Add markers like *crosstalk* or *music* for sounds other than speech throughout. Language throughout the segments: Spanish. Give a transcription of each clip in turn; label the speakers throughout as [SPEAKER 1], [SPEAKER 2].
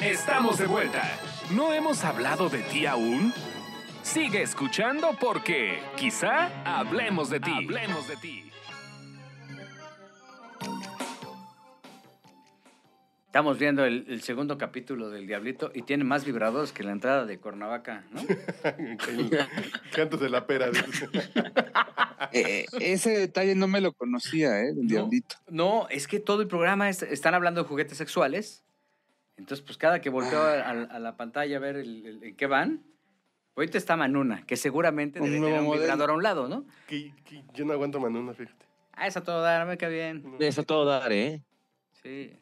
[SPEAKER 1] Estamos de vuelta. ¿No hemos hablado de ti aún? Sigue escuchando porque quizá hablemos de ti. Hablemos de ti.
[SPEAKER 2] Estamos viendo el, el segundo capítulo del Diablito y tiene más vibradores que la entrada de Cuernavaca,
[SPEAKER 3] *laughs*
[SPEAKER 2] ¿no?
[SPEAKER 4] Cantos de la pera. dice.
[SPEAKER 3] Eh, ese detalle no me lo conocía, ¿eh? Del diablito.
[SPEAKER 2] No, es que todo el programa es- están hablando de juguetes sexuales. Entonces, pues cada que volteo a, a la pantalla a ver el- el- en qué van, ahorita está Manuna, que seguramente
[SPEAKER 3] Un
[SPEAKER 2] debe
[SPEAKER 3] nuevo
[SPEAKER 2] tener un
[SPEAKER 3] modelo.
[SPEAKER 2] vibrador a un lado, ¿no?
[SPEAKER 4] Que- que yo no aguanto Manuna, fíjate.
[SPEAKER 2] Ah, esa todo dar, me cae bien.
[SPEAKER 4] No,
[SPEAKER 5] Es a todo dar, ¿eh?
[SPEAKER 2] Sí.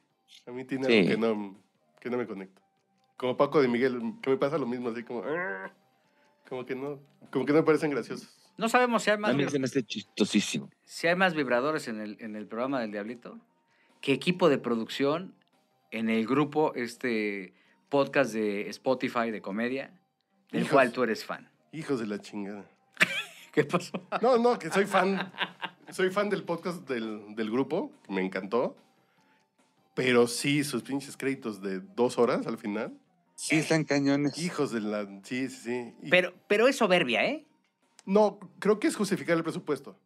[SPEAKER 4] a mí tiene
[SPEAKER 5] Sí.
[SPEAKER 4] algo que no, que no me conecta. Como Paco de Miguel, que me pasa lo mismo, así como... "Ah", Como que no, como que no me parecen graciosos.
[SPEAKER 2] No sabemos si hay
[SPEAKER 5] A
[SPEAKER 2] más,
[SPEAKER 5] mí
[SPEAKER 2] vib-
[SPEAKER 5] se me hace chistosísimo.
[SPEAKER 2] si hay más vibradores en el, en el programa del Diablito que equipo de producción en el grupo, este podcast de Spotify de comedia, del
[SPEAKER 4] Hijos.
[SPEAKER 2] cual tú eres fan.
[SPEAKER 4] Hijos de la chingada.
[SPEAKER 2] ¿Qué pasó?
[SPEAKER 4] No, no, que soy fan. Soy fan del podcast del, del grupo, que me encantó. Pero sí, sus pinches créditos de dos horas al final.
[SPEAKER 3] Sí, están cañones.
[SPEAKER 4] Hijos de la... Sí, sí, sí.
[SPEAKER 2] *laughs*
[SPEAKER 4] Y-
[SPEAKER 2] Pero, pero es soberbia, ¿eh?
[SPEAKER 4] No, creo que es justificar el presupuesto.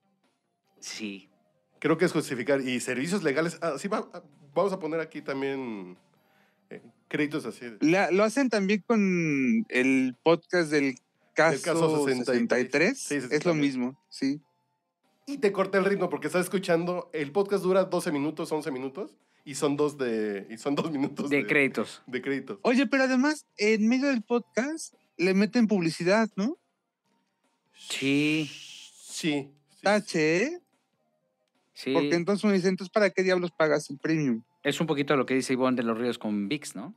[SPEAKER 2] Sí.
[SPEAKER 4] Creo que es justificar. Y servicios legales. Ah, sí, va- ah, vamos a poner aquí también eh, créditos así. de-
[SPEAKER 3] La- lo hacen también con el podcast del caso,
[SPEAKER 4] caso
[SPEAKER 3] 63.
[SPEAKER 4] 63. Sí, sí, sí,
[SPEAKER 3] es lo
[SPEAKER 4] también.
[SPEAKER 3] mismo, sí.
[SPEAKER 4] Y te corté el ritmo porque estás escuchando. El podcast dura 12 minutos, 11 minutos. Y son dos, de, y son dos minutos
[SPEAKER 2] De Oh, créditos.
[SPEAKER 4] de créditos.
[SPEAKER 3] Oye, pero además, en medio del podcast le meten publicidad, ¿no?
[SPEAKER 2] Sí.
[SPEAKER 4] Sí. sí, sí.
[SPEAKER 3] Tache, ¿eh?
[SPEAKER 2] Sí.
[SPEAKER 3] Porque entonces uno dice, entonces, ¿para qué diablos pagas el premium?
[SPEAKER 2] Es un poquito lo que dice Ivonne de los Ríos con VIX, ¿no?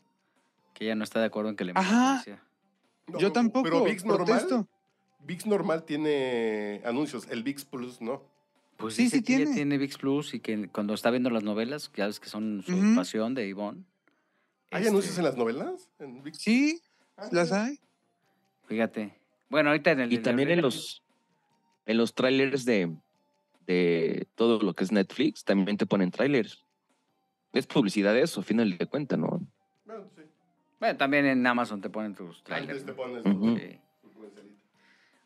[SPEAKER 2] Que ya no está de acuerdo en que le metan
[SPEAKER 3] Ajá.
[SPEAKER 2] publicidad.
[SPEAKER 4] No,
[SPEAKER 3] Yo tampoco,
[SPEAKER 4] Pero VIX normal,
[SPEAKER 3] protesto.
[SPEAKER 4] VIX normal tiene anuncios. El VIX Plus no.
[SPEAKER 2] Pues
[SPEAKER 3] Sí,
[SPEAKER 2] dice
[SPEAKER 3] sí
[SPEAKER 2] que ella
[SPEAKER 3] tiene.
[SPEAKER 2] tiene VIX Plus y que cuando está viendo las novelas, que ya ves que son su
[SPEAKER 3] Ujú.
[SPEAKER 2] pasión de Ivonne.
[SPEAKER 4] ¿Hay
[SPEAKER 2] este,
[SPEAKER 4] anuncios en las novelas? ¿En VIX?
[SPEAKER 3] Sí,
[SPEAKER 4] Ah,
[SPEAKER 3] las hay.
[SPEAKER 2] Fíjate. Bueno, ahorita en el.
[SPEAKER 5] Y también en los, en los trailers de, de todo lo que es Netflix, también te ponen trailers. Es publicidad eso, a final de cuenta, ¿no?
[SPEAKER 4] Bueno, sí.
[SPEAKER 2] Bueno, también en Amazon te ponen tus trailers.
[SPEAKER 4] Antes te pones
[SPEAKER 5] Ujú.
[SPEAKER 4] tu-
[SPEAKER 2] Sí.
[SPEAKER 4] tu comercialito.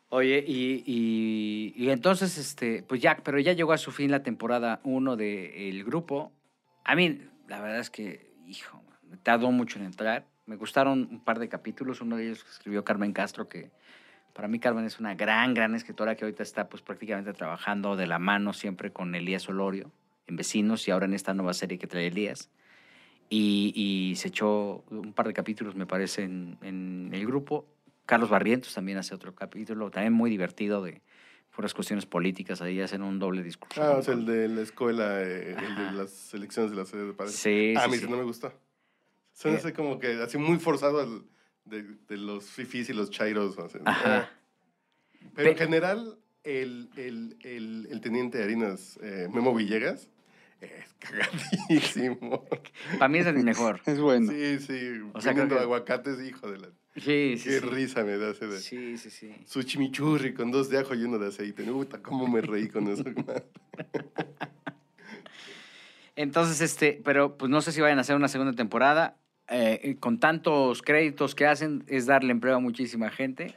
[SPEAKER 2] Oye, y, y- y entonces, este, pues Jack, pero ya llegó a su fin la temporada 1 del grupo. A mí, la verdad es que, hijo, me tardó mucho en entrar. Me gustaron un par de capítulos, uno de ellos que escribió Carmen Castro, que para mí Carmen es una gran, gran escritora que ahorita está pues prácticamente trabajando de la mano siempre con Elías Olorio, en Vecinos, y ahora en esta nueva serie que trae Elías. Y, y se echó un par de capítulos, me parece, en, en el grupo. Carlos Barrientos también hace otro capítulo, también muy divertido de puras cuestiones políticas, ahí hacen un doble discurso.
[SPEAKER 4] Ah, o sea, el de la escuela, eh, el
[SPEAKER 2] Ajá.
[SPEAKER 4] de las elecciones de la sede de padres.
[SPEAKER 2] Sí,
[SPEAKER 4] ah, a
[SPEAKER 2] sí,
[SPEAKER 4] mí
[SPEAKER 2] sí.
[SPEAKER 4] sí no me gusta. Suena
[SPEAKER 2] Eh.
[SPEAKER 4] así como que así muy forzado al- de, de los fifis y los chairos. así.
[SPEAKER 2] Ajá.
[SPEAKER 4] Pero en
[SPEAKER 2] Pe-
[SPEAKER 4] general, el, el, el, el teniente de Harinas, eh, Memo Villegas, es
[SPEAKER 2] *laughs*
[SPEAKER 4] cagadísimo.
[SPEAKER 2] Para mí es el mejor.
[SPEAKER 3] Es bueno.
[SPEAKER 4] Sí, sí.
[SPEAKER 2] O sea,
[SPEAKER 4] vendiendo
[SPEAKER 2] creo que-
[SPEAKER 4] aguacates, hijo de la.
[SPEAKER 2] Sí, sí, sí.
[SPEAKER 4] Qué risa me da ese de.
[SPEAKER 2] Sí, sí, sí.
[SPEAKER 4] Su chimichurri con dos de ajo y uno de aceite. Puta, cómo me reí con eso. *laughs*
[SPEAKER 2] Entonces, este, pero pues no sé si vayan a hacer una segunda temporada. Eh, eh, con tantos créditos que hacen, es darle empleo a muchísima gente.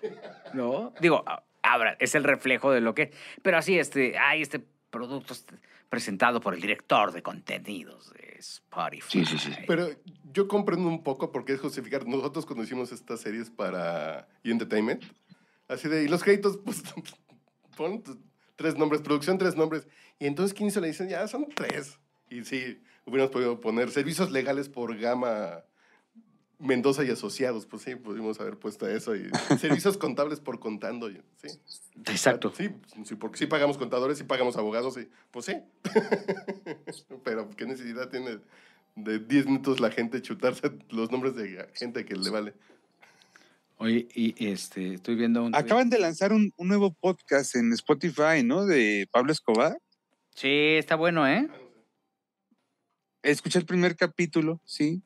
[SPEAKER 2] ¿No? Digo, a- ahora, es el reflejo de lo que. Pero así, este, hay este producto este, presentado por el director de contenidos de Spotify.
[SPEAKER 5] Sí, sí, sí.
[SPEAKER 4] Pero yo comprendo un poco porque es justificar. Nosotros cuando hicimos estas series para E! Entertainment, así de, y los créditos, *laughs* pues, pon tu- tres nombres, producción, tres nombres. Y entonces, ¿quién hizo la dicen? Ya, son tres. Y sí, hubiéramos podido poner servicios legales por gama Mendoza y Asociados. Pues sí, pudimos haber puesto eso. Y *laughs* servicios contables por contando. y- Sí.
[SPEAKER 2] Exacto.
[SPEAKER 4] Sí, sí, porque sí pagamos contadores, sí pagamos abogados, sí. pues sí. *laughs* Pero qué necesidad tiene de 10 minutos la gente chutarse los nombres de gente que le vale.
[SPEAKER 2] Oye, y este, estoy viendo un. tuit-
[SPEAKER 3] Acaban de lanzar un, un nuevo podcast en Spotify, ¿no? De Pablo Escobar.
[SPEAKER 2] Sí, está bueno, ¿eh?
[SPEAKER 3] Escuché el primer capítulo, sí.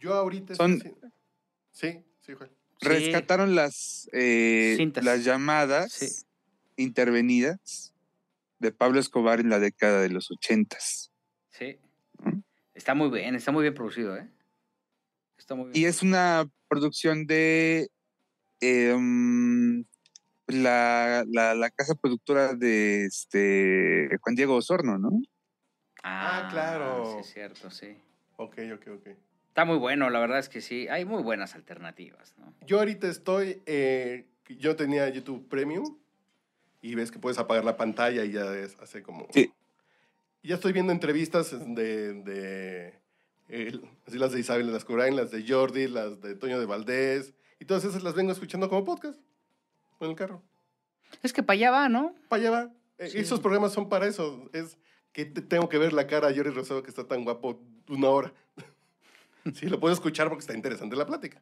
[SPEAKER 4] Yo ahorita...
[SPEAKER 3] Son-
[SPEAKER 4] Sí, sí, sí, Juan.
[SPEAKER 2] Sí.
[SPEAKER 3] Rescataron las, eh,
[SPEAKER 2] Cintas.
[SPEAKER 3] las llamadas
[SPEAKER 2] Sí.
[SPEAKER 3] intervenidas de Pablo Escobar en la década de los ochentas.
[SPEAKER 2] Sí. Está muy bien, está muy bien producido, ¿eh? Está muy bien.
[SPEAKER 3] Y es una producción de em, la, la- la casa productora de este, Juan Diego Osorno, ¿no?
[SPEAKER 4] Ah, claro.
[SPEAKER 2] Sí, es cierto, sí.
[SPEAKER 4] Ok, ok, ok.
[SPEAKER 2] Está muy bueno, la verdad es que sí. Hay muy buenas alternativas, ¿no?
[SPEAKER 4] Yo ahorita estoy, eh, yo tenía YouTube Premium y ves que puedes apagar la pantalla y ya es, hace como...
[SPEAKER 5] Sí.
[SPEAKER 4] Y Ya estoy viendo entrevistas de... de el- así las de Isabel Lascurain, las de Jordi, las de Toño de Valdés y todas esas las vengo escuchando como podcast en el carro.
[SPEAKER 2] Es que para allá va, ¿no?
[SPEAKER 4] Para allá va. Eh,
[SPEAKER 2] Sí.
[SPEAKER 4] Esos programas son para eso. Es que te- tengo que ver la cara a Jordi Rosado que está tan guapo una hora. *laughs* sí, lo puedo escuchar porque está interesante la plática.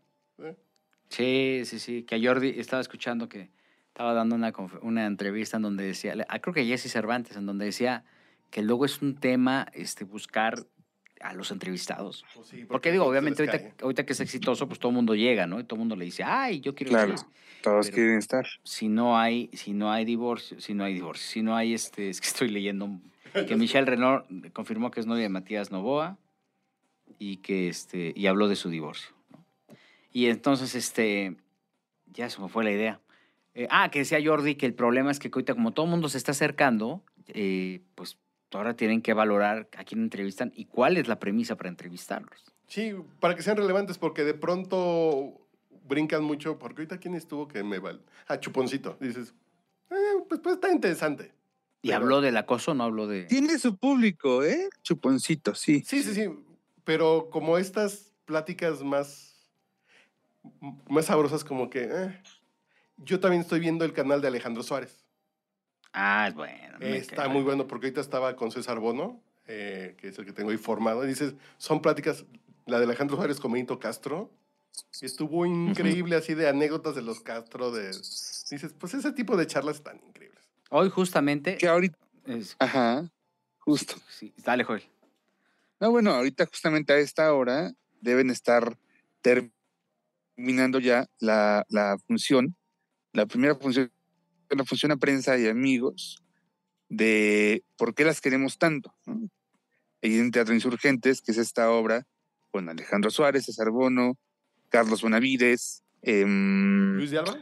[SPEAKER 2] Sí, sí, sí. Que a Jordi estaba escuchando que estaba dando una, confe- una entrevista en donde decía, le- ah, creo que a Jesse Cervantes, en donde decía que luego es un tema este, buscar a los entrevistados.
[SPEAKER 4] Pues sí,
[SPEAKER 2] Porque digo,
[SPEAKER 4] se
[SPEAKER 2] obviamente
[SPEAKER 4] les
[SPEAKER 2] ahorita,
[SPEAKER 4] cae.
[SPEAKER 2] ahorita que es exitoso, pues todo el mundo llega, ¿no? Y todo el mundo le dice, ay, yo quiero
[SPEAKER 3] Claro.
[SPEAKER 2] estar".
[SPEAKER 3] Todos
[SPEAKER 2] Pero-
[SPEAKER 3] quieren estar.
[SPEAKER 2] Si no hay, si no hay divorcio, si no hay divorcio, si no hay este, es que estoy leyendo
[SPEAKER 4] *laughs*
[SPEAKER 2] que Michelle Renault confirmó que es novia de Matías Novoa y que este, y habló de su divorcio. ¿no? Y entonces, este, ya se me fue la idea. Eh, ah, que decía Jordi que el problema es que ahorita, como todo el mundo se está acercando, eh, pues ahora tienen que valorar a quién entrevistan y cuál es la premisa para entrevistarlos.
[SPEAKER 4] Sí, para que sean relevantes, porque de pronto brincan mucho. Porque ahorita, ¿quién estuvo que me vale? Ah, Chuponcito. Dices, eh, pues, pues está interesante.
[SPEAKER 2] Y
[SPEAKER 4] Pero-
[SPEAKER 2] habló del acoso, no habló de.
[SPEAKER 3] Tiene su público, ¿eh? Chuponcito, sí.
[SPEAKER 4] Sí, sí, sí. Pero como estas pláticas más, m- más sabrosas, como que. eh. Yo también estoy viendo el canal de Alejandro Suárez.
[SPEAKER 2] Ah, es bueno. me
[SPEAKER 4] Está
[SPEAKER 2] cae
[SPEAKER 4] muy
[SPEAKER 2] mal.
[SPEAKER 4] bueno, porque ahorita estaba con César Bono, eh, que es el que tengo ahí formado. Y dices, son pláticas, la de Alejandro Suárez con Benito Castro. Estuvo increíble así de anécdotas de los Castro. De, dices, pues ese tipo de charlas están increíbles.
[SPEAKER 2] Hoy justamente.
[SPEAKER 3] Que ahorita.
[SPEAKER 2] es-
[SPEAKER 3] Ajá, justo.
[SPEAKER 2] sí, dale, Joel.
[SPEAKER 3] No, bueno, ahorita justamente a esta hora deben estar terminando ya la, la función, la primera función, la función a prensa y amigos de por qué las queremos tanto. ¿no? Y en Teatro Insurgentes, que es esta obra con Alejandro Suárez, César Bono, Carlos Bonavides, em,
[SPEAKER 4] Luis de Alba.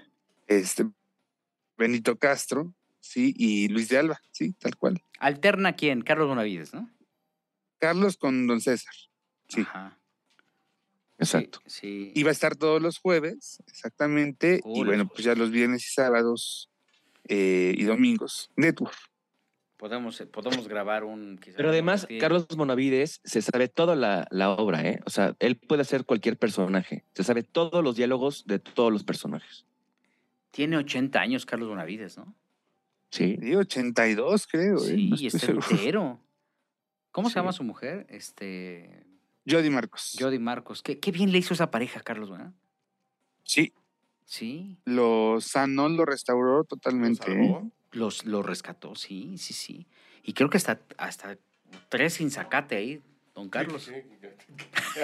[SPEAKER 3] este, Benito Castro, sí, y Luis de Alba, sí, tal cual.
[SPEAKER 2] ¿Alterna quién? Carlos Bonavides, ¿no?
[SPEAKER 3] Carlos con Don César. Sí.
[SPEAKER 2] Ajá.
[SPEAKER 5] Exacto.
[SPEAKER 2] Sí. sí.
[SPEAKER 3] Y va a estar todos los jueves, exactamente.
[SPEAKER 2] Todos
[SPEAKER 3] y
[SPEAKER 2] los
[SPEAKER 3] bueno, pues ya los viernes y sábados eh, y domingos. Network.
[SPEAKER 2] Podemos, eh, podemos grabar un. quizá
[SPEAKER 5] Pero
[SPEAKER 2] un
[SPEAKER 5] además,
[SPEAKER 2] boletín.
[SPEAKER 5] Carlos Bonavides se sabe toda la, la obra, ¿eh? O sea, él puede hacer cualquier personaje. Se sabe todos los diálogos de todos los personajes.
[SPEAKER 2] Tiene 80 años, Carlos Bonavides, ¿no?
[SPEAKER 5] Sí.
[SPEAKER 3] Sí, 82, creo. eh,
[SPEAKER 2] Sí,
[SPEAKER 3] no
[SPEAKER 2] y
[SPEAKER 3] estoy
[SPEAKER 2] está
[SPEAKER 3] seguro.
[SPEAKER 2] entero. ¿Cómo se
[SPEAKER 5] Sí.
[SPEAKER 2] llama su mujer? Este.
[SPEAKER 3] Jody Marcos.
[SPEAKER 2] Jody Marcos. Qué, qué bien le hizo esa pareja, Carlos, ¿verdad?
[SPEAKER 3] Sí,
[SPEAKER 2] Sí.
[SPEAKER 3] lo Sanón lo restauró
[SPEAKER 4] Luis
[SPEAKER 3] totalmente. ¿eh?
[SPEAKER 4] Alba.
[SPEAKER 2] Los, lo rescató, sí, sí, sí. Y creo que hasta, hasta tres sin sacate ahí, don Carlos.
[SPEAKER 4] Sí, sí.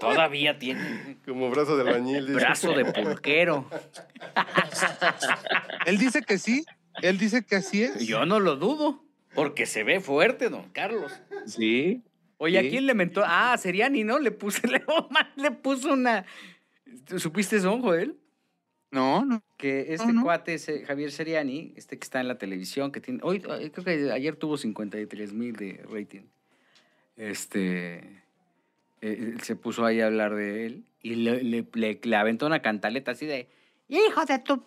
[SPEAKER 2] Todavía tiene
[SPEAKER 4] Como brazo de albañil. dices.
[SPEAKER 2] brazo de pulquero.
[SPEAKER 3] Él dice que sí. Él dice
[SPEAKER 2] *laughs*
[SPEAKER 3] que así es.
[SPEAKER 2] Yo no lo dudo, porque se ve fuerte, don Carlos.
[SPEAKER 5] Sí.
[SPEAKER 2] Oye, ¿a
[SPEAKER 5] Sí.
[SPEAKER 2] quién le mentó? Ah, a Seriani, ¿no? Le puse, *laughs* le, le puso una. ¿Supiste eso, Joel?
[SPEAKER 3] No, no.
[SPEAKER 2] Que este
[SPEAKER 3] No, no.
[SPEAKER 2] cuate, ese Javier Seriani, este que está en la televisión, que tiene. Hoy, eh, creo que ayer tuvo 53 mil de rating. Este. eh, se puso ahí a hablar de él y le, le- le- le aventó una cantaleta así de. ¡Hijo de tu.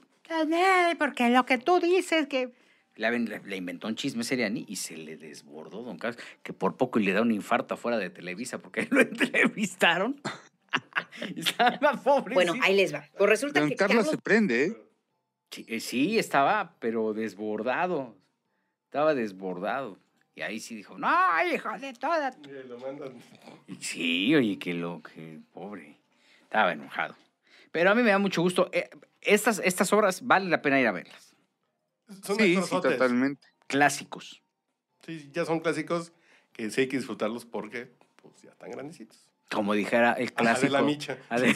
[SPEAKER 2] Porque lo que tú dices que. Le, aven- le- le inventó un chisme Seriani y se le desbordó, don Carlos, que por poco y le da un infarto afuera de Televisa porque *laughs* lo entrevistaron. *laughs* Estaba pobre.
[SPEAKER 6] Bueno, ahí les va. Pues resulta
[SPEAKER 3] Don
[SPEAKER 6] que
[SPEAKER 3] Carlos
[SPEAKER 6] Carlos,
[SPEAKER 3] se prende. ¿eh?
[SPEAKER 2] Sí, eh, sí, estaba, pero desbordado. Estaba desbordado. Y ahí sí dijo, no, hijo de toda. tu-".
[SPEAKER 4] *laughs* Y lo mandan.
[SPEAKER 2] Y Sí, oye, que lo que pobre. Estaba enojado. Pero a mí me da mucho gusto. Eh, Estas, estas obras vale la pena ir a verlas.
[SPEAKER 4] Son
[SPEAKER 3] Sí, sí,
[SPEAKER 4] actorzotes.
[SPEAKER 3] totalmente.
[SPEAKER 2] Clásicos.
[SPEAKER 4] Sí, ya son clásicos que sí hay que disfrutarlos porque pues, ya están grandecitos.
[SPEAKER 2] Como dijera el clásico.
[SPEAKER 4] de la micha.
[SPEAKER 2] Adel-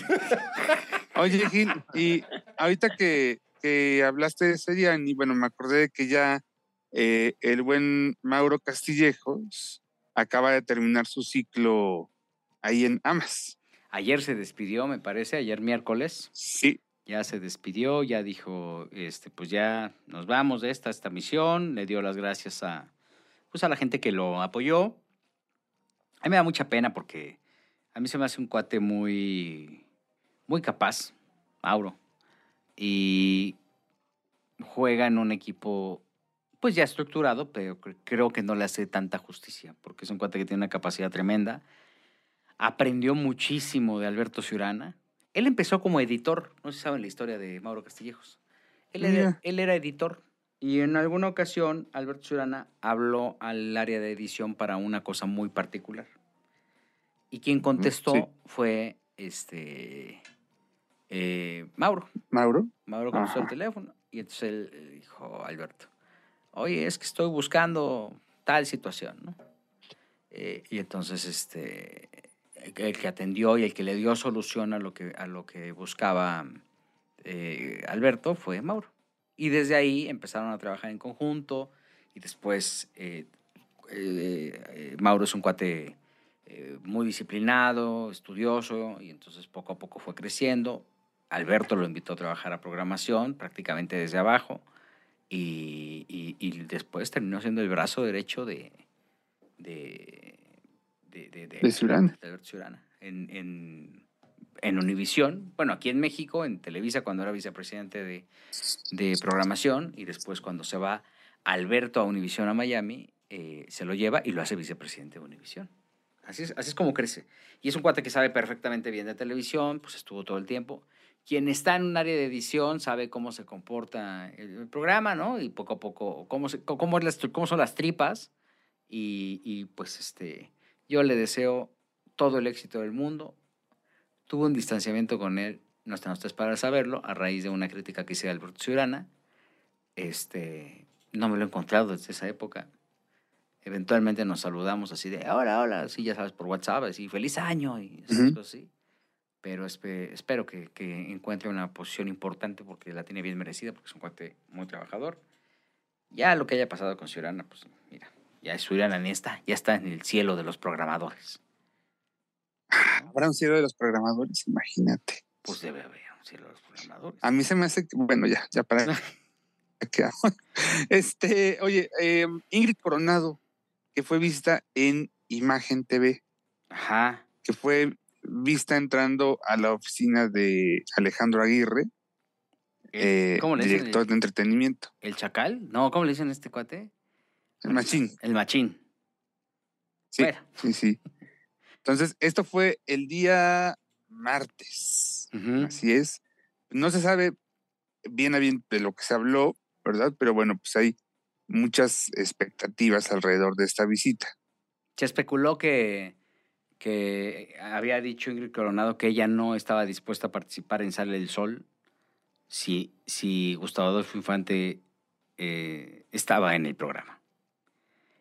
[SPEAKER 3] Oye, Gil, y ahorita que, que hablaste de Seriani, bueno, me acordé de que ya eh, el buen Mauro Castillejos acaba de terminar su ciclo ahí en Amas.
[SPEAKER 2] Ayer se despidió, me parece, ayer miércoles.
[SPEAKER 3] Sí,
[SPEAKER 2] Ya se despidió, ya dijo, este, pues ya nos vamos de esta, esta misión. Le dio las gracias a, pues a la gente que lo apoyó. A mí me da mucha pena porque a mí se me hace un cuate muy, muy capaz, Mauro. Y juega en un equipo, pues ya estructurado, pero cre- creo que no le hace tanta justicia, porque es un cuate que tiene una capacidad tremenda. Aprendió muchísimo de Alberto Ciurana. Él empezó como editor, no sé si saben la historia de Mauro Castillejos. Él era,
[SPEAKER 3] Mira.
[SPEAKER 2] él era editor y en alguna ocasión Alberto Ciurana habló al área de edición para una cosa muy particular. Y quien contestó
[SPEAKER 3] Mm, sí.
[SPEAKER 2] fue este eh, Mauro.
[SPEAKER 3] Mauro.
[SPEAKER 2] Mauro contestó el
[SPEAKER 3] Ajá.
[SPEAKER 2] teléfono y entonces él eh, dijo Alberto, oye, es que estoy buscando tal situación, ¿no? Eh, y entonces este, el que- el que atendió y el que le dio solución a lo que, a lo que buscaba eh, Alberto fue Mauro. Y desde ahí empezaron a trabajar en conjunto y después eh, eh, eh, Mauro es un cuate eh, muy disciplinado, estudioso y entonces poco a poco fue creciendo. Alberto lo invitó a trabajar a programación prácticamente desde abajo y, y- y después terminó siendo el brazo derecho de de de, de, de-
[SPEAKER 3] De Ciurana.
[SPEAKER 2] de Alberto Ciurana en, en, en Univisión, bueno, aquí en México, en Televisa cuando era vicepresidente de, de programación y después cuando se va Alberto a Univisión a Miami, eh, se lo lleva y lo hace vicepresidente de Univisión. Así es, así es como crece. Y es un cuate que sabe perfectamente bien de televisión, pues estuvo todo el tiempo. Quien está en un área de edición sabe cómo se comporta el, el programa, ¿no? Y poco a poco, cómo, se- cómo, es las- cómo son las tripas. Y, y, pues este, yo le deseo todo el éxito del mundo. Tuve un distanciamiento con él, no están ustedes para saberlo, a raíz de una crítica que hice al Alberto Ciurana. Este, no me lo he encontrado desde esa época. Eventualmente nos saludamos así de, hola, hola, sí, ya sabes, por WhatsApp, así, feliz año y esas
[SPEAKER 3] Ujú.
[SPEAKER 2] cosas así. Pero espe- espero que, que encuentre una posición importante porque la tiene bien merecida, porque es un cuate muy trabajador. Ya lo que haya pasado con Ciurana, pues mira, ya Ciurana ni está, ya está en el cielo de los programadores.
[SPEAKER 3] Habrá un cielo de los programadores, imagínate.
[SPEAKER 2] Pues debe haber un cielo de los programadores.
[SPEAKER 3] A mí se me hace que, bueno, ya, ya para *laughs* que Este, oye, eh, Ingrid Coronado, que fue vista en Imagen TV,
[SPEAKER 2] Ajá.
[SPEAKER 3] que fue vista entrando a la oficina de Alejandro Aguirre,
[SPEAKER 2] Eh,
[SPEAKER 3] eh,
[SPEAKER 2] ¿Cómo le dicen?
[SPEAKER 3] director de entretenimiento,
[SPEAKER 2] ¿El chacal? No, ¿cómo le dicen a este cuate? Ah,
[SPEAKER 3] el machín.
[SPEAKER 2] El machín.
[SPEAKER 3] Sí,
[SPEAKER 2] Bueno.
[SPEAKER 3] sí, sí. Entonces, esto fue el día martes.
[SPEAKER 2] Ujú.
[SPEAKER 3] Así es. No se sabe bien a bien de lo que se habló, ¿verdad? Pero bueno, pues hay muchas expectativas alrededor de esta visita.
[SPEAKER 2] Se especuló que, que había dicho Ingrid Coronado que ella no estaba dispuesta a participar en Sale el Sol si, si Gustavo Adolfo Infante eh, estaba en el programa.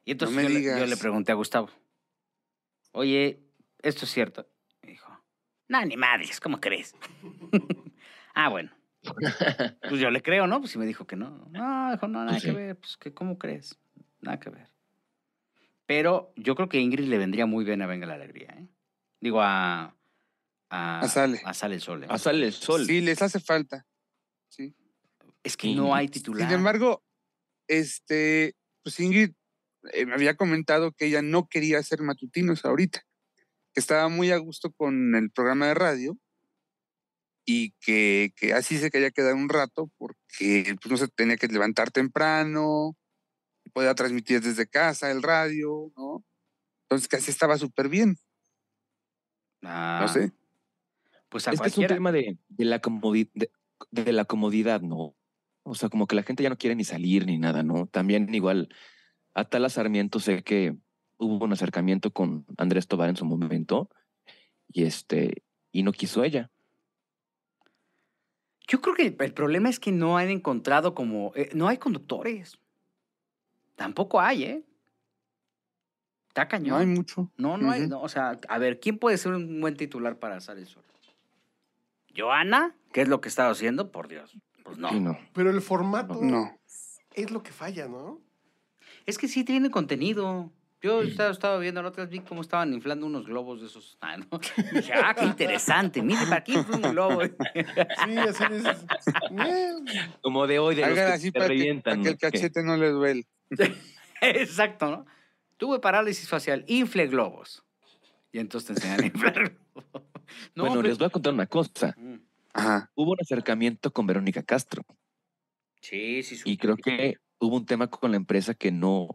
[SPEAKER 2] Y entonces
[SPEAKER 3] me
[SPEAKER 2] yo, le- yo le
[SPEAKER 3] digas.
[SPEAKER 2] pregunté a Gustavo, oye, ¿esto es cierto? Me dijo, no, ni madres, ¿cómo crees? *laughs* ah, bueno. Pues yo le creo, ¿no? Pues si me dijo que no. No, dijo, no, nada
[SPEAKER 5] Pues
[SPEAKER 2] que
[SPEAKER 5] sí.
[SPEAKER 2] ver. Pues que, ¿cómo crees? Nada que ver. Pero yo creo que Ingrid le vendría muy bien a Venga la Alegría, ¿eh? Digo, a... A,
[SPEAKER 3] A Sale.
[SPEAKER 2] A Sale el Sol. ¿eh?
[SPEAKER 5] Ah, sale el sol.
[SPEAKER 3] Sí, les hace falta. Sí.
[SPEAKER 2] Es que no hay titular.
[SPEAKER 3] Sin embargo, este, pues Ingrid eh, me había comentado que ella no quería hacer matutinos ahorita, que estaba muy a gusto con el programa de radio y que, que así se quería quedar un rato porque pues, no se tenía que levantar temprano, podía transmitir desde casa el radio, ¿no? Entonces que así estaba súper bien,
[SPEAKER 2] Ah,
[SPEAKER 3] no sé.
[SPEAKER 2] Pues a
[SPEAKER 5] Es que es un
[SPEAKER 2] cualquiera.
[SPEAKER 5] tema de, de la comodi- de, de la comodidad, ¿no? O sea, como que la gente ya no quiere ni salir ni nada, ¿no? También igual, a Tala Sarmiento sé que hubo un acercamiento con Andrés Tobar en su momento y este, y no quiso ella.
[SPEAKER 2] Yo creo que el, el problema es que no han encontrado como... eh, no hay conductores. Tampoco hay, ¿eh? Está cañón.
[SPEAKER 3] No hay mucho.
[SPEAKER 2] No, no hay.
[SPEAKER 3] Ujú.
[SPEAKER 2] no, o sea, a ver, ¿quién puede ser un buen titular para Sale el Sol? ¿Joana? ¿Qué es lo que está haciendo? Por Dios. Pues no.
[SPEAKER 5] Sí, no.
[SPEAKER 4] Pero el formato
[SPEAKER 3] No.
[SPEAKER 4] es lo que falla, ¿no?
[SPEAKER 2] Es que sí tiene contenido. Yo estaba, estaba viendo, la otra vez vi cómo estaban inflando unos globos de esos. *laughs* Ah, ¿no? Dije, ah, qué interesante. Mire, para aquí fue un globo. *laughs*
[SPEAKER 4] Sí, así dices. "Eh,
[SPEAKER 5] Como de hoy, de los que
[SPEAKER 3] Hagan así
[SPEAKER 5] te
[SPEAKER 3] para que,
[SPEAKER 5] revientan.
[SPEAKER 3] para que el
[SPEAKER 5] ¿no? Que-
[SPEAKER 3] cachete no les duele.
[SPEAKER 2] Exacto, ¿no? Tuve parálisis facial, infle globos. Y entonces te enseñan a inflar
[SPEAKER 5] *laughs*
[SPEAKER 2] globos. No,
[SPEAKER 5] bueno,
[SPEAKER 2] hombre.
[SPEAKER 5] les voy a contar una cosa.
[SPEAKER 2] Mm.
[SPEAKER 3] Ajá.
[SPEAKER 5] Hubo un acercamiento con Verónica Castro
[SPEAKER 2] Sí, sí, sí.
[SPEAKER 5] y creo que hubo un tema con la empresa que no,